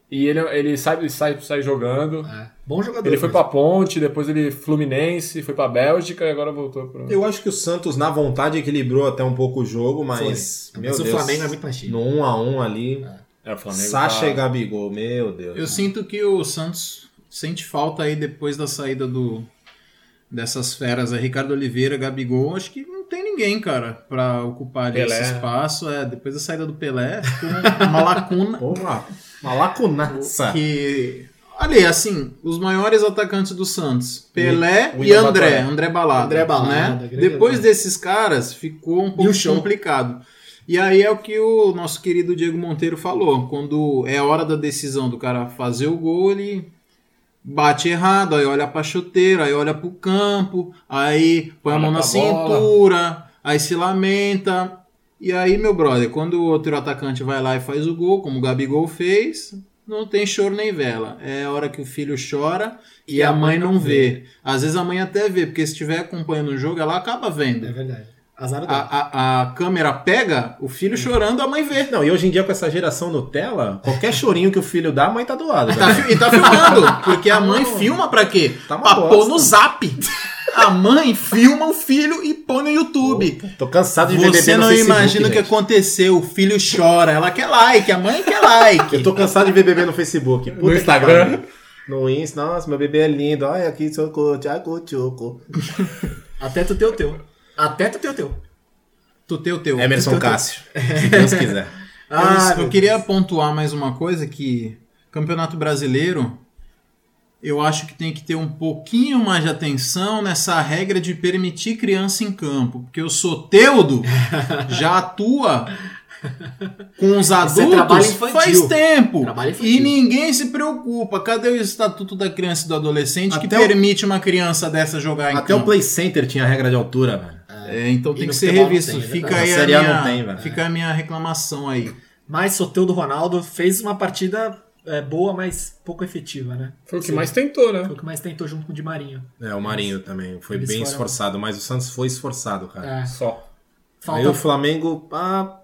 Speaker 2: e ele, ele sai, sai, sai jogando.
Speaker 1: É. Bom jogador.
Speaker 2: Ele foi
Speaker 1: mesmo.
Speaker 2: pra Ponte, depois ele Fluminense, foi pra Bélgica e agora voltou pro.
Speaker 3: É. Eu acho que o Santos, na vontade, equilibrou até um pouco o jogo, mas.
Speaker 1: Foi.
Speaker 3: Meu
Speaker 1: Mas o
Speaker 3: Deus.
Speaker 1: Flamengo é muito mais time.
Speaker 3: No 1 a 1 ali.
Speaker 2: É, o Flamengo.
Speaker 3: Sacha
Speaker 2: tá-
Speaker 3: e Gabigol, meu Deus.
Speaker 4: Eu sinto que o Santos sente falta aí depois da saída do dessas feras aí, Ricardo Oliveira, Gabigol, acho que não tem ninguém, cara, pra ocupar ali
Speaker 2: Pelé.
Speaker 4: esse espaço. É, depois da saída do Pelé, ficou um- uma lacuna
Speaker 3: Porra, uma lacunaça.
Speaker 4: que ali, assim, os maiores atacantes do Santos, Pelé e,
Speaker 2: William
Speaker 4: André,
Speaker 2: Batalha.
Speaker 4: André Balada,
Speaker 1: André Balada,
Speaker 4: né?
Speaker 1: grande
Speaker 4: Depois
Speaker 1: André.
Speaker 4: desses caras ficou um pouco
Speaker 1: o chão.
Speaker 4: complicado. E aí é o que o nosso querido Diego Monteiro falou, quando é a hora da decisão do cara fazer o gol, ele bate errado, aí olha pra chuteira, aí olha pro campo, aí põe a
Speaker 2: Olha
Speaker 4: mão na
Speaker 2: pra bola.
Speaker 4: cintura, aí se lamenta. E aí, meu brother, quando o outro atacante vai lá e faz o gol, como o Gabigol fez, não tem choro nem vela. É a hora que o filho chora e, a mãe não vê. Às vezes a mãe até vê, porque se estiver acompanhando o jogo, ela acaba
Speaker 1: É
Speaker 4: vendo.
Speaker 1: verdade. Azar dele.
Speaker 4: Ah. A, a, a câmera pega, o filho chorando, a mãe vê.
Speaker 3: Não, e hoje em dia com essa geração Nutella, qualquer chorinho que o filho dá, a mãe tá do lado.
Speaker 4: Tá
Speaker 3: né?
Speaker 4: fi- e tá filmando, porque a mãe filma pra quê?
Speaker 3: Tá uma
Speaker 4: pra pôr
Speaker 3: bosta.
Speaker 4: no zap. A mãe filma o filho e põe no YouTube.
Speaker 3: Tô cansado de ver
Speaker 4: Você
Speaker 3: bebê no
Speaker 4: não
Speaker 3: Facebook,
Speaker 4: imagina o que
Speaker 3: gente.
Speaker 4: aconteceu, o filho chora, ela quer like, a mãe quer like.
Speaker 3: Eu tô cansado de ver bebê no Facebook. Puta
Speaker 2: No
Speaker 3: que
Speaker 2: Instagram.
Speaker 3: pariu. No Insta, nossa, meu bebê é lindo. Olha aqui, socorro, tchaco, tchoco.
Speaker 1: Até tu ter o teu. Até tu ter o teu.
Speaker 4: Tu teu teu.
Speaker 3: Emerson Cássio, se Deus quiser.
Speaker 1: Ah,
Speaker 4: eu,
Speaker 1: meu
Speaker 4: eu queria pontuar mais uma coisa que Campeonato Brasileiro eu acho que tem que ter um pouquinho mais de atenção nessa regra de permitir criança em campo, porque o Soteudo já atua com os
Speaker 1: Isso é
Speaker 4: adultos
Speaker 1: trabalho infantil.
Speaker 4: faz tempo.
Speaker 1: Trabalho infantil.
Speaker 4: E ninguém se preocupa. Cadê o estatuto da criança e do adolescente que
Speaker 3: Até o-
Speaker 4: permite uma criança dessa jogar em
Speaker 3: Até
Speaker 4: campo?
Speaker 3: o Play Center tinha regra de altura, velho.
Speaker 4: É, então
Speaker 1: E
Speaker 4: tem
Speaker 1: no
Speaker 4: que ser
Speaker 1: futebol não
Speaker 4: revisto.
Speaker 1: tem, é
Speaker 4: fica
Speaker 1: verdade.
Speaker 4: aí
Speaker 3: Na
Speaker 4: a
Speaker 3: Série A
Speaker 4: minha,
Speaker 3: não tem, velho.
Speaker 4: fica a minha reclamação aí.
Speaker 1: Mas Soteudo Ronaldo fez uma partida é, boa, mas pouco efetiva, né?
Speaker 2: Foi o que mais tentou, né?
Speaker 1: Foi o que mais tentou junto com o Di Marinho.
Speaker 3: É, o Marinho também foi
Speaker 1: Eles
Speaker 3: bem
Speaker 1: foram-
Speaker 3: esforçado, mas o Santos foi esforçado, cara.
Speaker 1: É.
Speaker 2: Só.
Speaker 3: Aí
Speaker 1: Falta
Speaker 2: um
Speaker 3: o Flamengo ah,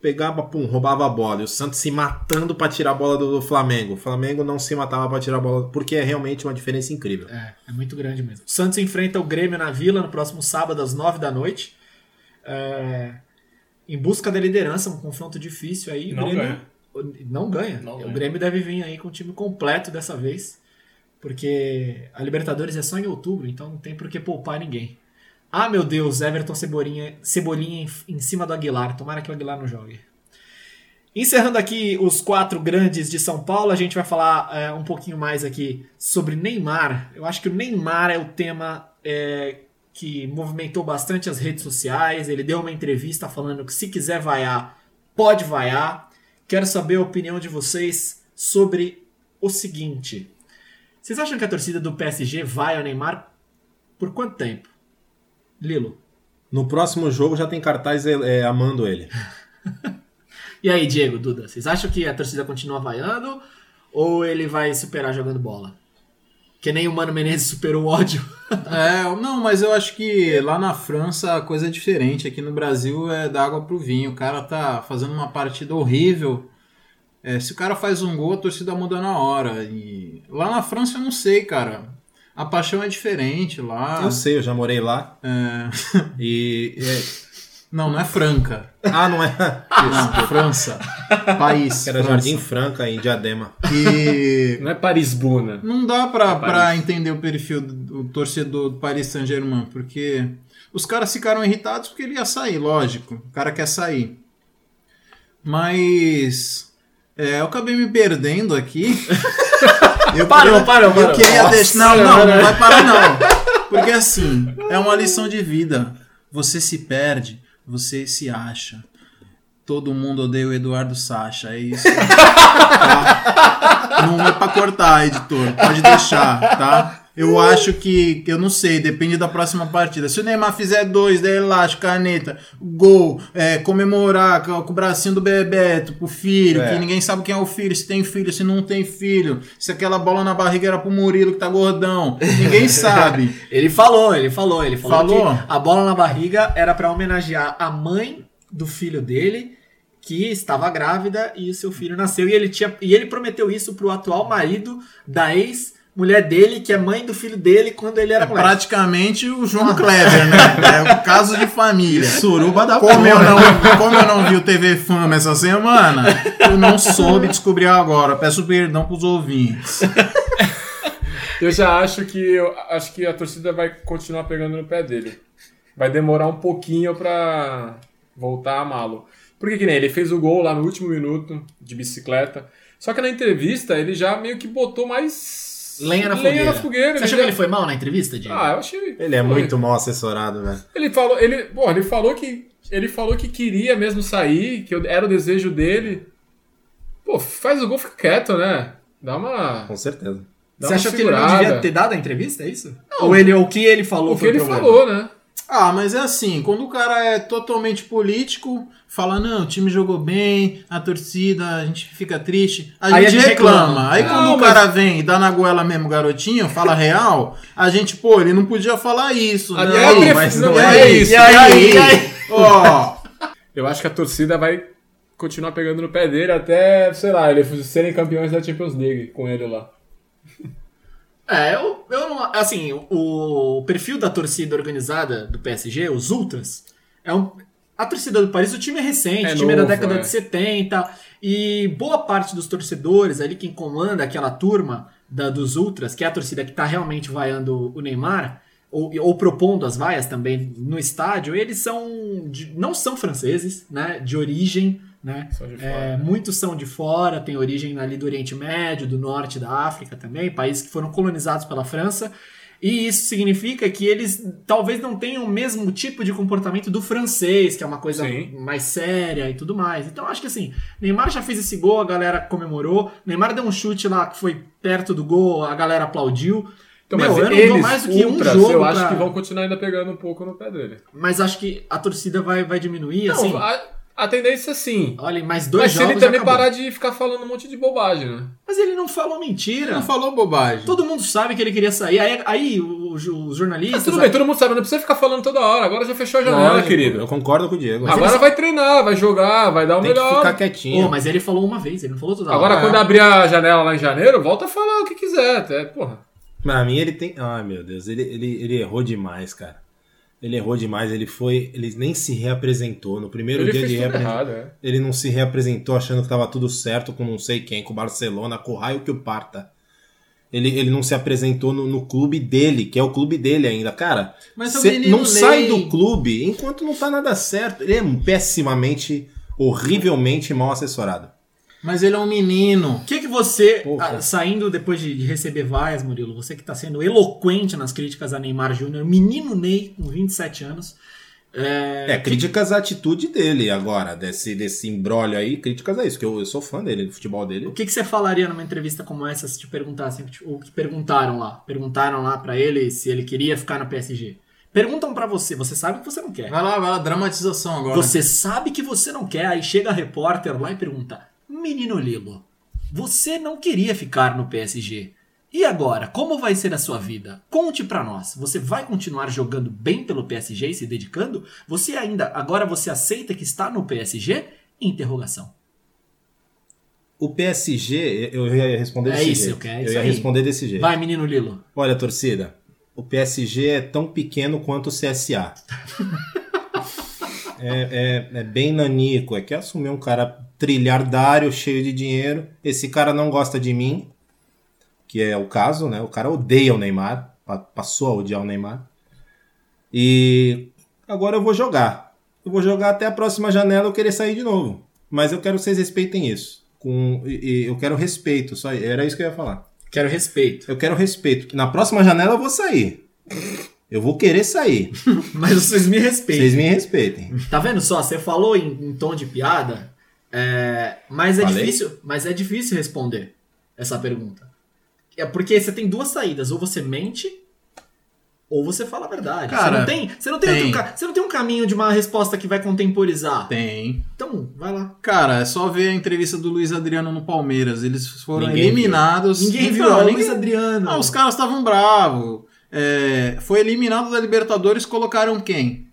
Speaker 3: pegava, pum, roubava a bola. E o Santos se matando pra tirar a bola do, do Flamengo. O Flamengo não se matava pra tirar a bola, porque é realmente uma diferença incrível.
Speaker 1: É, é muito grande mesmo. O Santos enfrenta o Grêmio na Vila no próximo sábado às 9 da noite. É, em busca da liderança, um confronto difícil aí. O
Speaker 2: Não
Speaker 1: Grêmio
Speaker 2: ganha.
Speaker 1: Não ganha.
Speaker 2: Não
Speaker 1: o
Speaker 2: ganha.
Speaker 1: Grêmio deve vir aí com o time completo dessa vez, porque a Libertadores é só em outubro, então não tem por que poupar ninguém. Ah, meu Deus, Everton Cebolinha, Cebolinha em, em cima do Aguilar. Tomara que o Aguilar não jogue. Encerrando aqui os quatro grandes de São Paulo, a gente vai falar é, um pouquinho mais aqui sobre Neymar. Eu acho que o Neymar é o tema é, que movimentou bastante as redes sociais. Ele deu uma entrevista falando que se quiser vaiar, pode vaiar. Quero saber a opinião de vocês sobre o seguinte: vocês acham que a torcida do PSG vai ao Neymar por quanto tempo? Lilo.
Speaker 3: No próximo jogo já tem cartaz é, é, amando ele.
Speaker 1: E aí, Diego, Duda, vocês acham que a torcida continua vaiando ou ele vai superar jogando bola? Que nem o Mano Menezes superou o ódio.
Speaker 4: É, não, mas eu acho que lá na França a coisa é diferente. Aqui no Brasil é da água pro vinho. O cara tá fazendo uma partida horrível. É, se o cara faz um gol, a torcida muda na hora. E lá na França eu não sei, cara. A paixão é diferente
Speaker 2: Ah.
Speaker 4: lá.
Speaker 3: Eu sei, eu já morei lá. E. é-
Speaker 4: Não, não é Franca.
Speaker 3: ah, não é?
Speaker 4: Não, França. País.
Speaker 3: Era
Speaker 4: França.
Speaker 3: Jardim Franca, em Diadema.
Speaker 4: E
Speaker 2: Não é Parisbuna.
Speaker 4: Não dá pra,
Speaker 2: É Paris.
Speaker 4: pra entender o perfil do, do torcedor do Paris Saint-Germain, porque os caras ficaram irritados porque ele ia sair, lógico. O cara quer sair. Mas. é, eu acabei me perdendo aqui. eu,
Speaker 1: Parou,
Speaker 4: eu-
Speaker 1: parou,
Speaker 4: Eu
Speaker 1: parou.
Speaker 4: queria
Speaker 1: Nossa,
Speaker 4: deixar. Não, não,
Speaker 1: parou,
Speaker 4: não
Speaker 1: né?
Speaker 4: vai parar, não. Porque assim, é uma lição de vida. Você se perde, você se acha. Todo mundo odeia o Eduardo Sacha, é isso. Tá? Não é pra cortar, editor. Pode deixar, tá? Eu acho que. Eu não sei, depende da próxima partida. Se o Neymar fizer dois, daí é elástico, caneta, gol, é, comemorar com com o bracinho do Bebeto, pro filho,
Speaker 3: É.
Speaker 4: que ninguém sabe quem é o filho, se tem filho, se não tem filho, se aquela bola na barriga era pro Murilo que tá gordão. Ninguém sabe.
Speaker 1: Ele falou, ele falou, ele falou,
Speaker 4: Falou?
Speaker 1: que a bola na barriga era pra homenagear a mãe do filho dele, que estava grávida e o seu filho nasceu. E ele, tinha, e ele prometeu isso pro atual marido da ex-mulher dele, que é mãe do filho dele quando ele era
Speaker 4: É
Speaker 1: moleque.
Speaker 4: praticamente o João Kleber, né? É o caso de família.
Speaker 3: Suruba da
Speaker 4: Como eu,
Speaker 3: porra.
Speaker 4: não, como eu não vi o TV Fama essa semana, eu não soube descobrir agora. Peço perdão pros ouvintes.
Speaker 2: Eu já acho que eu acho que a torcida vai continuar pegando no pé dele. Vai demorar um pouquinho pra voltar a amá-lo. Porque que nem ele fez o gol lá no último minuto de bicicleta. Só que na entrevista ele já meio que botou mais
Speaker 1: Lenha na
Speaker 2: lenha
Speaker 1: fogueira.
Speaker 2: na fogueira.
Speaker 1: Você achou
Speaker 2: já-
Speaker 1: que ele foi mal na entrevista, Diego?
Speaker 2: Ah, eu achei.
Speaker 3: Ele é
Speaker 2: foi.
Speaker 3: muito mal assessorado, velho.
Speaker 2: Ele falou, ele, pô, ele falou que ele falou que queria mesmo sair, que eu- era o desejo dele. Pô, faz o gol, fica quieto, né? Dá uma
Speaker 3: Com certeza.
Speaker 2: dá
Speaker 1: Você
Speaker 2: uma
Speaker 1: achou que ele não
Speaker 2: segurada.
Speaker 1: devia ter dado a entrevista, é isso? Ou ele, ou o que ele falou
Speaker 2: o que
Speaker 1: foi
Speaker 2: ele
Speaker 1: problema?
Speaker 2: falou, né?
Speaker 4: Ah, mas é assim, quando o cara é totalmente político, fala, não, o time jogou bem, a torcida, a gente fica triste, a
Speaker 1: Aí
Speaker 4: gente
Speaker 1: a gente
Speaker 4: reclama.
Speaker 1: reclama.
Speaker 4: Aí
Speaker 2: Não,
Speaker 4: quando
Speaker 2: mas-
Speaker 4: o cara vem e dá na goela mesmo garotinho, fala real, a gente, pô, ele não podia falar isso, né?
Speaker 2: Até eu prefiro-
Speaker 3: mas não
Speaker 2: e
Speaker 4: é
Speaker 2: aí?
Speaker 4: isso.
Speaker 1: E aí,
Speaker 4: E aí?
Speaker 1: e aí?
Speaker 4: Ó,
Speaker 2: Eu acho que a torcida vai continuar pegando no pé dele até, sei lá, eles serem campeões da Champions League com ele lá.
Speaker 1: É, eu, eu não. Assim, o, o perfil da torcida organizada do PSG, os Ultras, é um. A torcida do Paris, o time é recente,
Speaker 2: É
Speaker 1: o time é
Speaker 2: novo,
Speaker 1: da década
Speaker 2: é.
Speaker 1: de 70, e boa parte dos torcedores ali, quem comanda aquela turma da- dos Ultras, que é a torcida que tá realmente vaiando o Neymar, ou, ou propondo as vaias também no estádio, eles são. de- não são franceses, né? De origem, né?
Speaker 2: Só de fora.
Speaker 1: É, muitos são de fora, tem origem ali do Oriente Médio, do norte da África também, países que foram colonizados pela França. E isso significa que eles talvez não tenham o mesmo tipo de comportamento do francês, que é uma coisa
Speaker 2: Sim.
Speaker 1: mais séria e tudo mais. Então acho que assim, Neymar já fez esse gol, a galera comemorou. Neymar deu um chute lá que foi perto do gol, a galera aplaudiu.
Speaker 2: Então,
Speaker 1: Meu,
Speaker 2: mas
Speaker 1: eu não dou
Speaker 2: eles,
Speaker 1: mais do que um
Speaker 2: ultras,
Speaker 1: jogo
Speaker 2: eu acho
Speaker 1: pra-
Speaker 2: que vão continuar ainda pegando um pouco no pé dele.
Speaker 1: Mas acho que a torcida vai, vai diminuir,
Speaker 2: Não,
Speaker 1: assim.
Speaker 2: a, a tendência é sim.
Speaker 1: Olha, mais dois
Speaker 2: mas se
Speaker 1: jogos.
Speaker 2: ele também
Speaker 1: acabou.
Speaker 2: parar de ficar falando um monte de bobagem, né?
Speaker 1: Mas ele não falou mentira.
Speaker 4: não falou bobagem.
Speaker 1: Todo mundo sabe que ele queria sair. Aí, aí os, os jornalistas.
Speaker 2: Mas Ah, tudo bem, todo mundo sabe, não precisa ficar falando toda hora. Agora já fechou a janela,
Speaker 3: Não,
Speaker 2: querido.
Speaker 3: Eu concordo com o Diego.
Speaker 2: né? Agora vai treinar, vai jogar, vai dar o
Speaker 3: tem que
Speaker 2: melhor.
Speaker 3: ficar
Speaker 1: Pô,
Speaker 3: quietinho.
Speaker 1: mas ele falou uma vez, ele não falou toda
Speaker 2: Agora,
Speaker 1: hora.
Speaker 2: quando abrir a janela lá em janeiro, volta a falar o que quiser. Até, porra.
Speaker 3: Pra mim ele tem. Ai meu Deus, ele, ele, ele errou demais, cara. Ele errou demais, ele foi. Ele nem se reapresentou. No primeiro
Speaker 2: Ele
Speaker 3: dia
Speaker 2: fez
Speaker 3: de
Speaker 2: tudo
Speaker 3: reapresentação.
Speaker 2: errado, é.
Speaker 3: Ele não se reapresentou achando que tava tudo certo com não sei quem, com o Barcelona, com o raio que o parta. Ele, ele não se apresentou no, no clube dele, que é o clube dele ainda. Cara,
Speaker 4: Mas é o
Speaker 3: cê
Speaker 4: menino
Speaker 3: não sai
Speaker 4: Ney.
Speaker 3: do clube enquanto não tá nada certo. Ele é pessimamente, horrivelmente mal assessorado.
Speaker 4: Mas ele é um menino.
Speaker 1: O que, que você,
Speaker 3: Porra.
Speaker 1: ah, saindo depois de de receber vaias, Murilo, você que está sendo eloquente nas críticas a Neymar Júnior, menino Ney, com 27 anos.
Speaker 3: É, críticas à atitude dele agora, desse, desse imbróglio aí, críticas a isso, que eu, eu sou fã dele, do futebol
Speaker 1: O
Speaker 3: dele.
Speaker 1: que, que você falaria numa entrevista como essa se te perguntassem, tipo, ou que perguntaram lá? Perguntaram lá pra ele se ele queria ficar na PSG. Perguntam pra você, você sabe que você não quer.
Speaker 4: Vai lá, vai lá, dramatização agora.
Speaker 1: Você sabe que você não quer, aí chega a repórter lá e pergunta: Menino Lilo, você não queria ficar no PSG. E agora, como vai ser a sua vida? Conte pra nós. Você vai continuar jogando bem pelo PSG e se dedicando? Você ainda, agora você aceita que está no PSG? Interrogação.
Speaker 3: O PSG, eu eu ia responder
Speaker 1: É
Speaker 3: desse
Speaker 1: isso,
Speaker 3: jeito.
Speaker 1: eu quero, é
Speaker 3: eu
Speaker 1: isso
Speaker 3: ia
Speaker 1: aí.
Speaker 3: responder desse jeito.
Speaker 1: Vai, menino Lilo.
Speaker 3: Olha, torcida, o PSG é tão pequeno quanto o CSA. é, é- é bem nanico, é que assumir um cara trilhardário, cheio de dinheiro. Esse cara não gosta de mim, que é o caso, né? O cara odeia o Neymar, pa- passou a odiar o Neymar. E agora eu vou jogar. Eu vou jogar até a próxima janela eu querer sair de novo. Mas eu quero que vocês respeitem isso. Com, e- e eu quero respeito, só era isso que eu ia falar.
Speaker 1: Quero respeito.
Speaker 3: Eu quero respeito. Na próxima janela eu vou sair. Eu vou querer sair.
Speaker 1: Mas vocês me respeitem.
Speaker 3: Vocês me respeitem.
Speaker 1: Tá vendo só? Você falou em, em tom de piada, é, mas, é
Speaker 3: Falei?
Speaker 1: difícil, mas é difícil responder essa pergunta. É porque você tem duas saídas, ou você mente, ou você fala a verdade. você
Speaker 4: Cara,
Speaker 1: não tem, você não tem,
Speaker 4: tem.
Speaker 1: outro ca- você não tem um caminho de uma resposta que vai contemporizar.
Speaker 4: Tem.
Speaker 1: Então, vai lá.
Speaker 4: Cara, é só ver a entrevista do Luiz Adriano no Palmeiras. Eles foram
Speaker 3: Ninguém viu.
Speaker 4: eliminados.
Speaker 1: Ninguém viu, é
Speaker 4: Então,
Speaker 1: o
Speaker 4: ninguém-
Speaker 1: Luiz Adriano.
Speaker 4: Ah, os caras estavam bravos. É, foi eliminado da Libertadores, colocaram quem?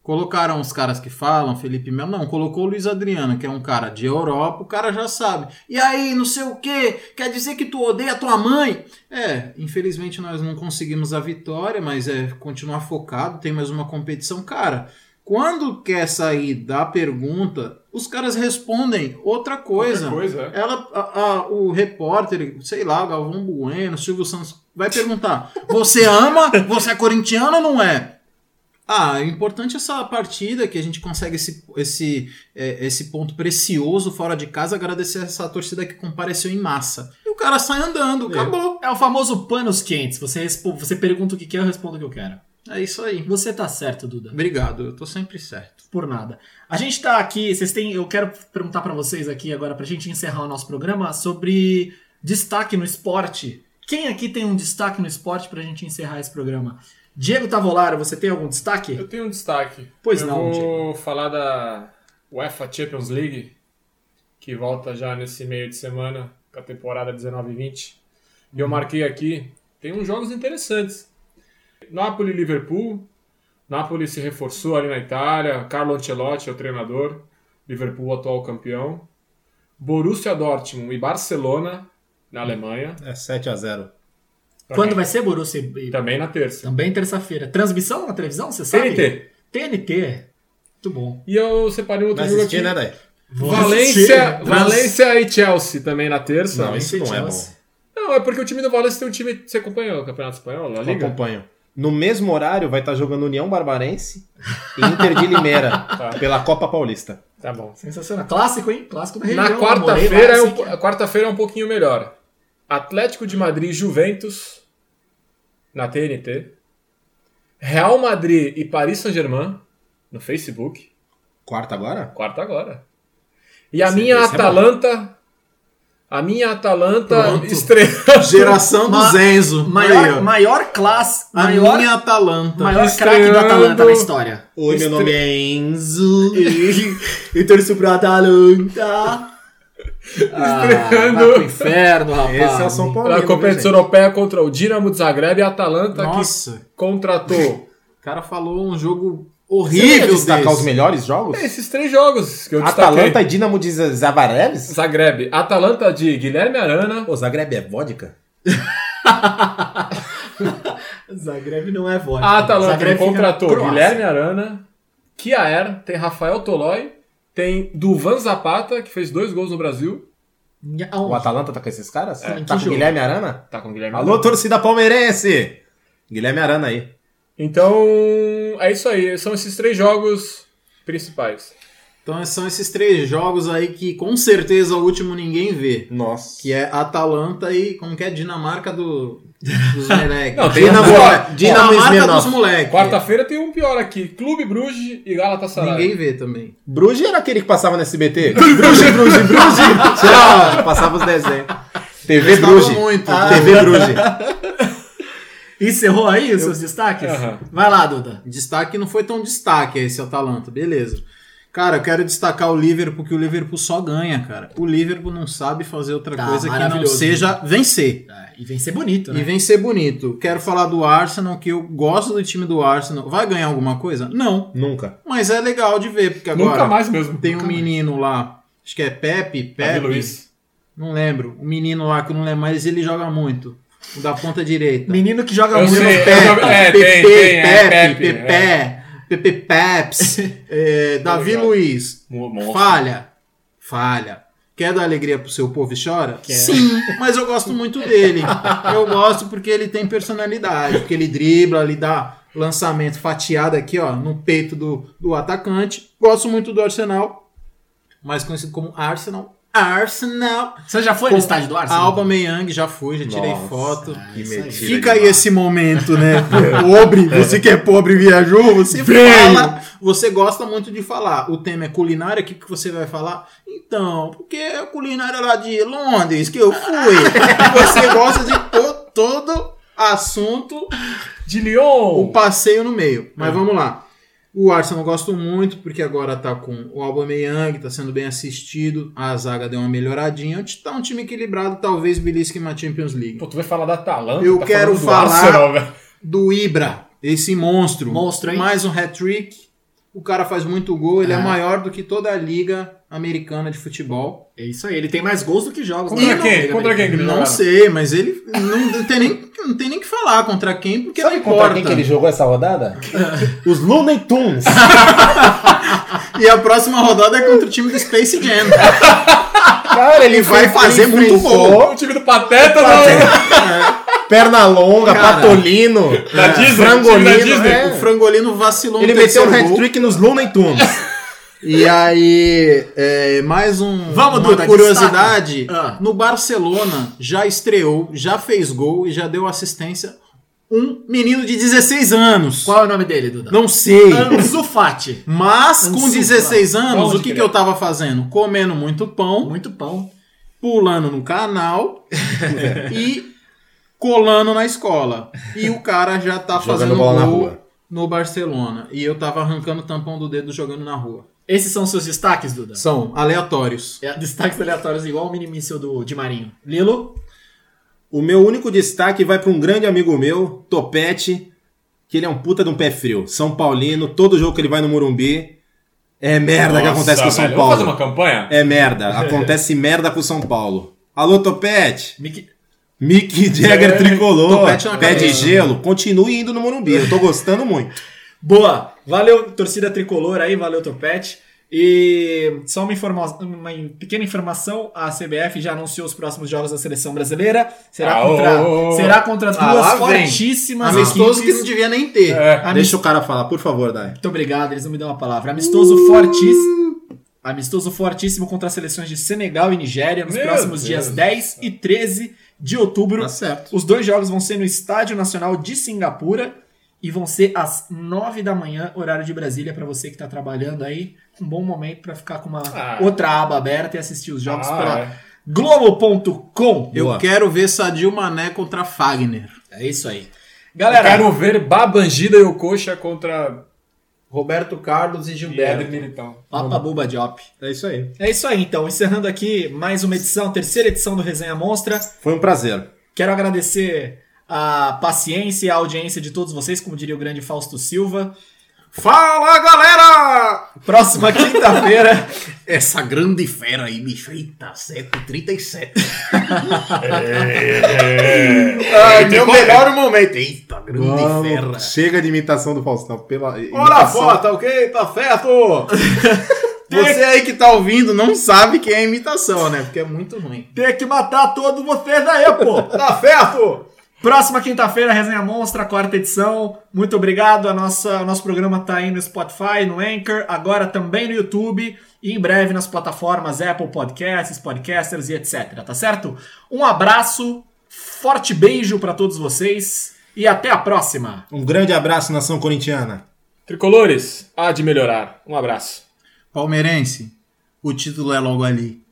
Speaker 4: Colocaram os caras que falam, Felipe Melo. Não, colocou o Luiz Adriano, que é um cara de Europa, o cara já sabe. E aí, não sei o quê, quer dizer que tu odeia tua mãe? É, infelizmente nós não conseguimos a vitória, mas é continuar focado, tem mais uma competição. Cara, quando quer sair da pergunta, os caras respondem outra coisa.
Speaker 2: Outra coisa. é.
Speaker 4: Ela, a- a- o repórter, sei lá, Galvão Bueno, Silvio Santos, vai perguntar: Você ama? Você é corintiano ou não é? Ah, o importante é essa partida que a gente consegue esse, esse, é, esse ponto precioso fora de casa, agradecer essa torcida que compareceu em massa. E o cara sai andando, acabou.
Speaker 1: É o famoso panos quentes. Você, respo- você pergunta o que quer, eu respondo o que eu quero.
Speaker 4: É isso aí.
Speaker 1: Você tá certo, Duda.
Speaker 4: Obrigado, eu tô sempre certo.
Speaker 1: Por nada. A gente tá aqui, vocês têm, eu quero perguntar pra vocês aqui agora pra gente encerrar o nosso programa sobre destaque no esporte. Quem aqui tem um destaque no esporte pra gente encerrar esse programa? Diego Tavolaro, você tem algum destaque?
Speaker 2: Eu tenho um destaque.
Speaker 1: Pois
Speaker 2: eu
Speaker 1: não,
Speaker 2: vou falar da UEFA Champions League, que volta já nesse meio de semana, com a temporada 19 e 20. E
Speaker 1: Uhum.
Speaker 2: eu marquei aqui, tem uns jogos interessantes. Napoli e Liverpool. Napoli se reforçou ali na Itália. Carlo Ancelotti é o treinador. Liverpool o atual campeão. Borussia Dortmund e Barcelona na Alemanha.
Speaker 3: É 7x0.
Speaker 1: Quando vai ser, Borussia? E-
Speaker 2: Também na terça.
Speaker 1: Também terça-feira. Transmissão na televisão, você sabe?
Speaker 2: TNT.
Speaker 1: TNT. Muito bom.
Speaker 2: E eu separei um outro
Speaker 3: Vai
Speaker 2: jogo
Speaker 3: assistir,
Speaker 2: aqui.
Speaker 3: né, Day?
Speaker 1: Vou assistir.
Speaker 2: Valência,
Speaker 1: Trans-
Speaker 2: Valência e Chelsea também na terça.
Speaker 3: Não, isso não é
Speaker 1: Chelsea.
Speaker 3: bom.
Speaker 2: Não, é porque o time do Valência tem um time. Você acompanhou o Campeonato Espanhol? A
Speaker 3: Eu
Speaker 2: Liga?
Speaker 3: acompanho. No mesmo horário vai estar jogando União Barbarense e Inter de Limeira pela Copa Paulista.
Speaker 2: Tá bom.
Speaker 1: Sensacional. Clássico, hein? Clássico da região.
Speaker 2: Na quarta-feira é, um,
Speaker 1: assim.
Speaker 2: po- quarta-feira é um pouquinho melhor. Atlético de Madrid e Juventus na TNT. Real Madrid e Paris Saint-Germain no Facebook.
Speaker 3: Quarta agora?
Speaker 2: Quarta agora. E a
Speaker 3: Esse-
Speaker 2: minha
Speaker 3: esse é bom.
Speaker 2: Atalanta. a minha Atalanta
Speaker 1: Pronto.
Speaker 2: estreou.
Speaker 4: Geração do
Speaker 1: Ma-
Speaker 4: Zenzo. Aí,
Speaker 1: Maior,
Speaker 4: ó.
Speaker 1: maior classe,
Speaker 4: a
Speaker 1: maior,
Speaker 4: minha Atalanta.
Speaker 1: maior craque da Atalanta
Speaker 2: Estreando-
Speaker 1: na história.
Speaker 3: Oi, meu nome é Enzo.
Speaker 1: e torço pro Atalanta.
Speaker 2: Estreando.
Speaker 1: Ah, vai pro inferno, rapaz.
Speaker 3: Esse é o São Paulo.
Speaker 2: Na competição europeia contra o Dinamo de Zagreb e a Atalanta
Speaker 4: Nossa,
Speaker 2: que contratou
Speaker 4: o cara falou um jogo
Speaker 3: Horrível
Speaker 4: horrível
Speaker 3: destacar
Speaker 4: desse.
Speaker 3: os melhores jogos?
Speaker 2: É, esses três jogos que eu destaquei.
Speaker 3: Atalanta e Dinamo de Z- Zavareves?
Speaker 2: Zagreb. Atalanta de Guilherme Arana.
Speaker 3: Pô, Zagreb é vodka?
Speaker 1: Zagreb não é voz.
Speaker 2: A Atalanta
Speaker 1: fica na
Speaker 2: tá contratou
Speaker 1: Croácia.
Speaker 2: Guilherme Arana, Kiaer, tem Rafael Tolói, tem Duvan Zapata, que fez dois gols no Brasil.
Speaker 3: O
Speaker 1: Aonde?
Speaker 3: Atalanta tá com esses caras?
Speaker 1: É, em que
Speaker 3: tá com
Speaker 1: jogo?
Speaker 3: Guilherme Arana?
Speaker 2: Tá com o Guilherme
Speaker 3: Alô,
Speaker 2: Arana.
Speaker 3: torcida palmeirense! Guilherme Arana aí.
Speaker 2: Então, é isso aí. São esses três jogos principais.
Speaker 4: Então são esses três jogos aí que com certeza o último ninguém vê.
Speaker 3: Nossa.
Speaker 4: Que é Atalanta e como que é Dinamarca do, dos moleques.
Speaker 2: Não, tem
Speaker 3: Dinamo,
Speaker 2: Agora,
Speaker 3: Dinamo
Speaker 4: Dinamarca dos
Speaker 3: Smirnov.
Speaker 4: moleques.
Speaker 2: Quarta-feira tem um pior aqui. Clube Bruges e Galatasaray.
Speaker 4: Ninguém vê também.
Speaker 3: Bruges era aquele que passava no SBT? Bruges, Bruges, Bruges! Tirava, passava os desenhos. TV
Speaker 4: Gostava
Speaker 3: Bruges.
Speaker 4: muito.
Speaker 1: Ah.
Speaker 3: TV Bruges.
Speaker 1: Encerrou aí os seus destaques?
Speaker 2: Aham.
Speaker 1: Vai lá, Duda.
Speaker 4: Destaque não foi tão destaque esse Atalanta, beleza. Cara, eu quero destacar o Liverpool, que o Liverpool só ganha, cara. O Liverpool não sabe fazer outra
Speaker 1: Tá,
Speaker 4: coisa que não
Speaker 1: maravilhoso.
Speaker 4: seja vencer.
Speaker 1: Ah, E vem ser bonito, né?
Speaker 4: E vencer bonito. Quero falar do Arsenal, que eu gosto do time do Arsenal. Vai ganhar alguma coisa? Não.
Speaker 3: Nunca.
Speaker 4: Mas é legal de ver, porque agora
Speaker 2: Nunca mais mesmo.
Speaker 4: tem um menino lá, acho que é Pepe, Pepe,
Speaker 2: Davi Luiz.
Speaker 4: não lembro. Um menino lá que eu não lembro, mas ele joga muito. O da ponta direita.
Speaker 1: Menino que joga
Speaker 2: Eu
Speaker 1: muito.
Speaker 2: sei.
Speaker 4: Pepe,
Speaker 2: é,
Speaker 4: Pepe,
Speaker 2: tem, tem, é,
Speaker 4: Pepe,
Speaker 2: Pepe, é.
Speaker 4: Pepe, Pepe Peps, é, Davi
Speaker 2: Legal.
Speaker 4: Luiz,
Speaker 2: Monstro.
Speaker 4: falha, falha. Quer dar alegria pro seu povo e chora? Sim, mas eu gosto muito dele. Eu gosto porque ele tem personalidade, porque ele dribla, ele dá lançamento fatiado aqui, ó, no peito do, do atacante. Gosto muito do Arsenal. mais conhecido como Arsenal. Arsenal.
Speaker 1: Você já foi no estádio do
Speaker 4: A
Speaker 1: Arsenal?
Speaker 4: Alba Meyang, já fui, já tirei
Speaker 2: Nossa.
Speaker 4: foto.
Speaker 3: Que
Speaker 1: isso
Speaker 3: mentira.
Speaker 4: Fica aí
Speaker 3: demais.
Speaker 4: esse momento, né? Pobre, você que é pobre e viajou, você fala, você gosta muito de falar. O tema é culinária, o que, que você vai falar? Então, porque é a culinária lá de Londres que eu fui. você gosta de pôr todo assunto,
Speaker 2: De Lyon!
Speaker 4: o passeio no meio. Mas vamos lá. O Arsenal eu gosto muito, porque agora tá com o Aubameyang, tá sendo bem assistido, a zaga deu uma melhoradinha, tá um time equilibrado, talvez belisque uma Champions League.
Speaker 2: Pô, tu vai falar da Atalanta?
Speaker 4: Eu
Speaker 2: tá
Speaker 4: quero
Speaker 2: falando do
Speaker 4: falar-
Speaker 2: Arsenal, velho.
Speaker 4: do Ibra, esse monstro.
Speaker 1: Monstro, hein?
Speaker 4: Mais um hat-trick. O cara faz muito gol, ele é.
Speaker 1: É.
Speaker 4: maior do que toda a liga americana de futebol.
Speaker 1: É isso aí, ele tem mais gols do que jogos.
Speaker 2: Contra
Speaker 1: né, na
Speaker 2: quem?
Speaker 1: Liga
Speaker 2: Contra
Speaker 1: Americana.
Speaker 2: quem
Speaker 6: é
Speaker 2: que ele
Speaker 4: Não
Speaker 2: jogava?
Speaker 4: sei, mas ele não, tem nem não tem nem que falar contra quem, porque
Speaker 6: Sabe
Speaker 4: não
Speaker 6: contra
Speaker 4: importa.
Speaker 6: quem que ele jogou essa rodada? Os Looney Tunes.
Speaker 4: E a próxima rodada é contra o time do Space Jam.
Speaker 6: Cara, ele
Speaker 4: vai
Speaker 6: enfrentou-
Speaker 4: fazer muito
Speaker 6: enfrentou
Speaker 2: O time do Pateta não.
Speaker 6: Perna longa,
Speaker 4: Cara.
Speaker 6: Patolino,
Speaker 2: Da Disney,
Speaker 6: Frangolino.
Speaker 2: time da Disney.
Speaker 6: é.
Speaker 4: O Frangolino vacilou
Speaker 6: Ele
Speaker 4: no
Speaker 6: meteu um
Speaker 4: terceiro gol.
Speaker 6: hat-trick nos Looney Tunes.
Speaker 4: E aí, é, mais um,
Speaker 1: Vamos,
Speaker 4: uma
Speaker 1: Duda,
Speaker 4: curiosidade.
Speaker 1: destaca. Ah.
Speaker 4: No Barcelona, já estreou, já fez gol e já deu assistência um menino de 16 anos.
Speaker 1: Qual é o nome dele, Duda?
Speaker 4: Não sei.
Speaker 1: Ansu Fati.
Speaker 4: Mas com
Speaker 1: Ansu,
Speaker 4: 16 anos,
Speaker 2: Pode
Speaker 4: o que,
Speaker 2: crer.
Speaker 3: é?
Speaker 4: que eu tava fazendo? Comendo muito pão,
Speaker 1: Muito pão.
Speaker 4: pulando no canal e colando na escola. E o cara já tá fazendo
Speaker 6: Jogando bola na
Speaker 4: gol
Speaker 6: rua.
Speaker 4: no Barcelona. E eu tava arrancando o tampão do dedo jogando na rua.
Speaker 1: Esses são seus destaques, Duda?
Speaker 4: São aleatórios.
Speaker 1: É, destaques aleatórios igual o mini míssil do de Marinho. Lilo?
Speaker 3: O meu único destaque vai para um grande amigo meu, Topete, que ele é um puta de um pé frio. São Paulino, todo jogo que ele vai no Morumbi é merda que acontece com o
Speaker 2: Nossa,
Speaker 3: São
Speaker 2: velho, Vamos
Speaker 3: Paulo.
Speaker 2: fazer uma campanha?
Speaker 3: É merda, acontece merda com o São Paulo. Alô, Topete!
Speaker 1: Mickey-
Speaker 3: Mick Jagger
Speaker 2: É,
Speaker 3: tricolor,
Speaker 4: Topete na
Speaker 3: pé de
Speaker 4: cabeça.
Speaker 3: gelo, continue indo no Morumbi, eu tô gostando muito.
Speaker 1: Boa! Valeu, torcida tricolor aí, valeu, Topete. E só uma, informa uma pequena informação: a CBF já anunciou os próximos jogos da seleção brasileira. Será
Speaker 2: Ah,
Speaker 1: contra,
Speaker 2: ô, ô, ô.
Speaker 1: será contra
Speaker 4: Ah,
Speaker 1: duas
Speaker 4: lá vem.
Speaker 1: fortíssimas
Speaker 4: Amistoso que
Speaker 1: equipes.
Speaker 4: não devia nem ter.
Speaker 2: É.
Speaker 1: Ami-
Speaker 3: Deixa o cara falar, por favor, Dai.
Speaker 1: Muito obrigado, eles não me dão a palavra. Amistoso
Speaker 4: Uh!
Speaker 1: fortíssimo. Amistoso fortíssimo contra as seleções de Senegal e Nigéria nos
Speaker 2: Meu
Speaker 1: próximos
Speaker 2: Deus.
Speaker 1: dias 10 e 13 de outubro.
Speaker 3: Tá certo.
Speaker 1: Os dois jogos vão ser no Estádio Nacional de Singapura e vão ser às 9 da manhã, horário de Brasília, para você que tá trabalhando aí. Um bom momento para ficar com uma
Speaker 2: Ah.
Speaker 1: outra aba aberta e assistir os jogos
Speaker 2: Ah,
Speaker 1: pela
Speaker 2: é.
Speaker 1: Globo.com.
Speaker 4: Eu
Speaker 3: Boa.
Speaker 4: quero ver Sadio Mané contra Fagner.
Speaker 1: É isso aí.
Speaker 2: Eu
Speaker 1: Galera,
Speaker 2: Quero ver Babangida e o Coxa contra
Speaker 4: Roberto Carlos e
Speaker 2: Pedro Militão.
Speaker 1: Papa Buba Diop.
Speaker 3: É isso aí.
Speaker 1: É isso aí, então. Encerrando aqui mais uma edição, terceira edição do Resenha Monstra.
Speaker 3: Foi um prazer.
Speaker 1: Quero agradecer a paciência e a audiência de todos vocês, como diria o grande Fausto Silva.
Speaker 4: Fala, galera!
Speaker 1: Próxima quinta-feira.
Speaker 4: Essa grande fera aí, bicho. Eita, 737. É,
Speaker 2: Ai, meu melhor
Speaker 4: momento. Eita, grande
Speaker 3: Vamos, Chega de imitação do Faustão. Pela
Speaker 4: Olá,
Speaker 3: imitação-
Speaker 4: fora, tá ok? Tá certo? Você aí que tá ouvindo não sabe quem é imitação, né? Porque é muito ruim.
Speaker 1: Tem que matar todos vocês aí, pô!
Speaker 4: Tá certo?
Speaker 1: Próxima quinta-feira, Resenha Monstra, quarta edição. Muito obrigado. A nossa, o nosso programa tá aí no Spotify, no Anchor, agora também no YouTube e em breve nas plataformas Apple Podcasts, Podcasters e etc. Tá certo? Um abraço, forte beijo pra todos vocês e até a próxima!
Speaker 3: Um grande abraço, nação corintiana.
Speaker 2: Tricolores, há de melhorar. Um abraço.
Speaker 4: Palmeirense, o título é logo ali.